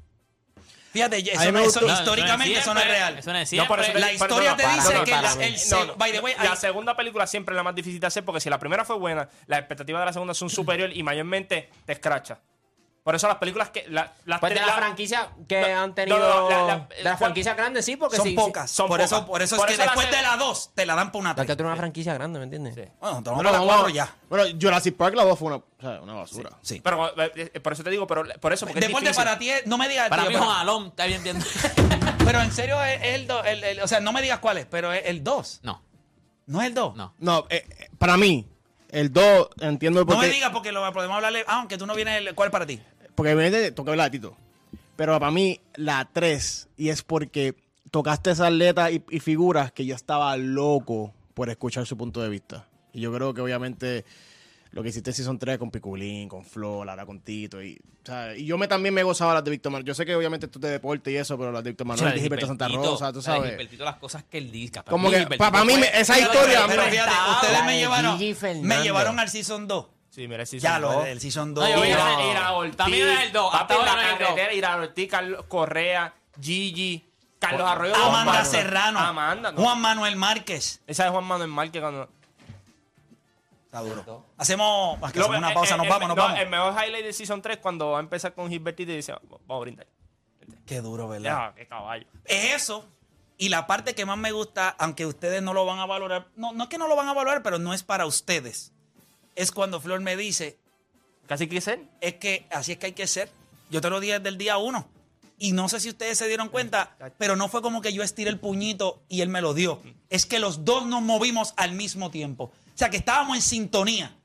[SPEAKER 3] Fíjate,
[SPEAKER 6] A mí
[SPEAKER 3] eso,
[SPEAKER 6] me
[SPEAKER 3] no- eso
[SPEAKER 6] gustó-
[SPEAKER 7] No,
[SPEAKER 3] históricamente eso no es
[SPEAKER 7] siempre,
[SPEAKER 3] real.
[SPEAKER 7] Eso no es
[SPEAKER 4] No, por eso
[SPEAKER 7] siempre.
[SPEAKER 4] te-
[SPEAKER 3] eh, La historia te
[SPEAKER 4] perdona,
[SPEAKER 3] dice
[SPEAKER 5] para
[SPEAKER 3] que
[SPEAKER 5] mí,
[SPEAKER 3] la-
[SPEAKER 5] para
[SPEAKER 3] el
[SPEAKER 5] mí.
[SPEAKER 3] se-
[SPEAKER 4] No, no,
[SPEAKER 3] by the way,
[SPEAKER 4] la
[SPEAKER 3] hay-
[SPEAKER 4] segunda película siempre es la más difícil de hacer porque si la primera fue buena, la expectativa de la segunda son superior y mayormente te escracha. Por eso las películas que. la- las
[SPEAKER 5] Pues de
[SPEAKER 4] tres-
[SPEAKER 5] la
[SPEAKER 4] la-
[SPEAKER 5] franquicia que
[SPEAKER 4] No,
[SPEAKER 5] han
[SPEAKER 4] no,
[SPEAKER 5] tenido.
[SPEAKER 4] no, la- la-
[SPEAKER 5] de la franquicia grande, sí, porque
[SPEAKER 3] son
[SPEAKER 5] sí, sí.
[SPEAKER 3] pocas.
[SPEAKER 4] son
[SPEAKER 3] por, Eso,
[SPEAKER 4] pocas.
[SPEAKER 3] por eso es
[SPEAKER 4] Por
[SPEAKER 3] que
[SPEAKER 4] eso la
[SPEAKER 3] después
[SPEAKER 4] se-
[SPEAKER 3] de la 2 te la dan por una
[SPEAKER 5] Hay que
[SPEAKER 3] 3.
[SPEAKER 5] tener una franquicia grate, ¿me entiendes?
[SPEAKER 4] Sí.
[SPEAKER 3] Bueno, te vamos
[SPEAKER 4] No,
[SPEAKER 3] para
[SPEAKER 4] no,
[SPEAKER 3] la 4
[SPEAKER 4] vamos.
[SPEAKER 3] ya.
[SPEAKER 6] Bueno, Jurassic Park la 2 fue una, o sea, una basura.
[SPEAKER 3] Sí.
[SPEAKER 4] Pero, eh, eh, por eso te digo, pero por eso. Porque es
[SPEAKER 3] Deporte
[SPEAKER 4] difícil.
[SPEAKER 3] para ti es, no me digas el
[SPEAKER 7] Para
[SPEAKER 3] tuyo, pero-
[SPEAKER 7] mí, Juan Alón está bien, bien.
[SPEAKER 3] Pero en serio es es el 2, o sea, no me digas cuál es, pero es el 2.
[SPEAKER 7] No,
[SPEAKER 3] No es el 2.
[SPEAKER 7] no.
[SPEAKER 6] No, eh, eh, para mí, el 2, entiendo
[SPEAKER 3] No
[SPEAKER 6] por
[SPEAKER 3] me
[SPEAKER 6] qué.
[SPEAKER 3] digas porque lo podemos hablarle, ah, aunque tú no vienes, el, ¿cuál para ti?
[SPEAKER 6] Porque obviamente toca hablar de Tito. Pero para mí, la 3, y es porque tocaste esas letras y, y figuras que yo estaba loco por escuchar su punto de vista. Y yo creo que obviamente lo que hiciste en Season 3 con Piculín, con Flor, ahora con Tito. Y, o sea, y yo me, también me gozaba las de Víctor Manuel. Yo sé que obviamente tú te deporte y eso, pero las de Víctor Manuel, de Gilberto Santa Rosa, tú sabes.
[SPEAKER 7] Gilbertito, las cosas que él dice. capaz.
[SPEAKER 6] Como que,
[SPEAKER 7] Gilbertito
[SPEAKER 6] para mí,
[SPEAKER 7] fue-
[SPEAKER 6] me- esa
[SPEAKER 3] Fíjate,
[SPEAKER 6] historia...
[SPEAKER 3] Pero
[SPEAKER 6] me-
[SPEAKER 3] fíjate,
[SPEAKER 5] Estaba
[SPEAKER 3] ustedes
[SPEAKER 5] la
[SPEAKER 3] me
[SPEAKER 5] de
[SPEAKER 3] llevaron,
[SPEAKER 5] Gigi
[SPEAKER 3] me
[SPEAKER 5] Fernández.
[SPEAKER 3] llevaron al Season 2.
[SPEAKER 4] Sí, mira, el season
[SPEAKER 3] Ya lo
[SPEAKER 4] dos.
[SPEAKER 3] del Season 2.
[SPEAKER 7] No, yo voy
[SPEAKER 4] Mira,
[SPEAKER 7] a-
[SPEAKER 4] ir a Ortiz,
[SPEAKER 7] También era el dos,
[SPEAKER 4] Papi,
[SPEAKER 7] hasta ahora
[SPEAKER 4] la
[SPEAKER 7] era el dos.
[SPEAKER 4] carretera, ir a Ortiz, Carlos Correa, Gigi, Carlos Arroyo. Juan
[SPEAKER 3] Amanda
[SPEAKER 4] Manuel.
[SPEAKER 3] Serrano.
[SPEAKER 4] Amanda, no.
[SPEAKER 3] Juan Manuel Márquez.
[SPEAKER 4] Esa es Juan Manuel Márquez cuando.
[SPEAKER 3] Está duro. Hacemos, que hacemos
[SPEAKER 4] Lo-
[SPEAKER 3] una pausa,
[SPEAKER 4] eh, el-
[SPEAKER 3] nos
[SPEAKER 4] el-
[SPEAKER 3] vamos, nos
[SPEAKER 4] no, em,
[SPEAKER 3] vamos.
[SPEAKER 4] El mejor highlight de Season 3 cuando va a empezar con Gilbertito y dice, vamos a brindar.
[SPEAKER 3] Qué duro, ¿verdad?
[SPEAKER 4] Ya, qué caballo.
[SPEAKER 3] es eso. Y la parte que más me gusta, aunque ustedes no lo van a valorar, no, no es que no lo van a valorar, pero no es para ustedes. Es cuando Flor me dice,
[SPEAKER 8] Casi que ser.
[SPEAKER 3] Es que así es que hay que ser. Yo te lo dije desde el día uno. Y no sé si ustedes se dieron
[SPEAKER 5] Eh,
[SPEAKER 3] cuenta, pero no fue como que yo estiré el puñito y él me lo dio. Es que los dos nos movimos al mismo tiempo. O sea, que estábamos en sintonía.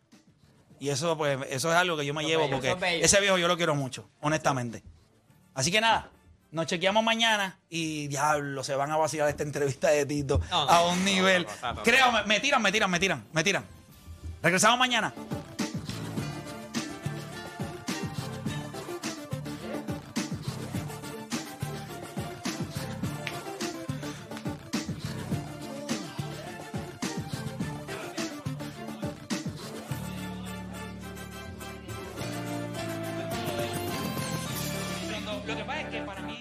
[SPEAKER 3] Y eso, pues, eso es algo que yo me llevo
[SPEAKER 5] bello, eso es
[SPEAKER 3] porque
[SPEAKER 5] bello.
[SPEAKER 3] ese viejo yo lo quiero mucho, honestamente. Así que nada, nos chequeamos mañana y diablo, se van a vaciar esta entrevista de Tito
[SPEAKER 7] No, no,
[SPEAKER 3] a un
[SPEAKER 7] no,
[SPEAKER 3] nivel.
[SPEAKER 7] no, no, no, no.
[SPEAKER 3] Créame, me tiran, me tiran, me tiran, me tiran. Regresamos mañana.
[SPEAKER 7] Lo que pasa es que para mí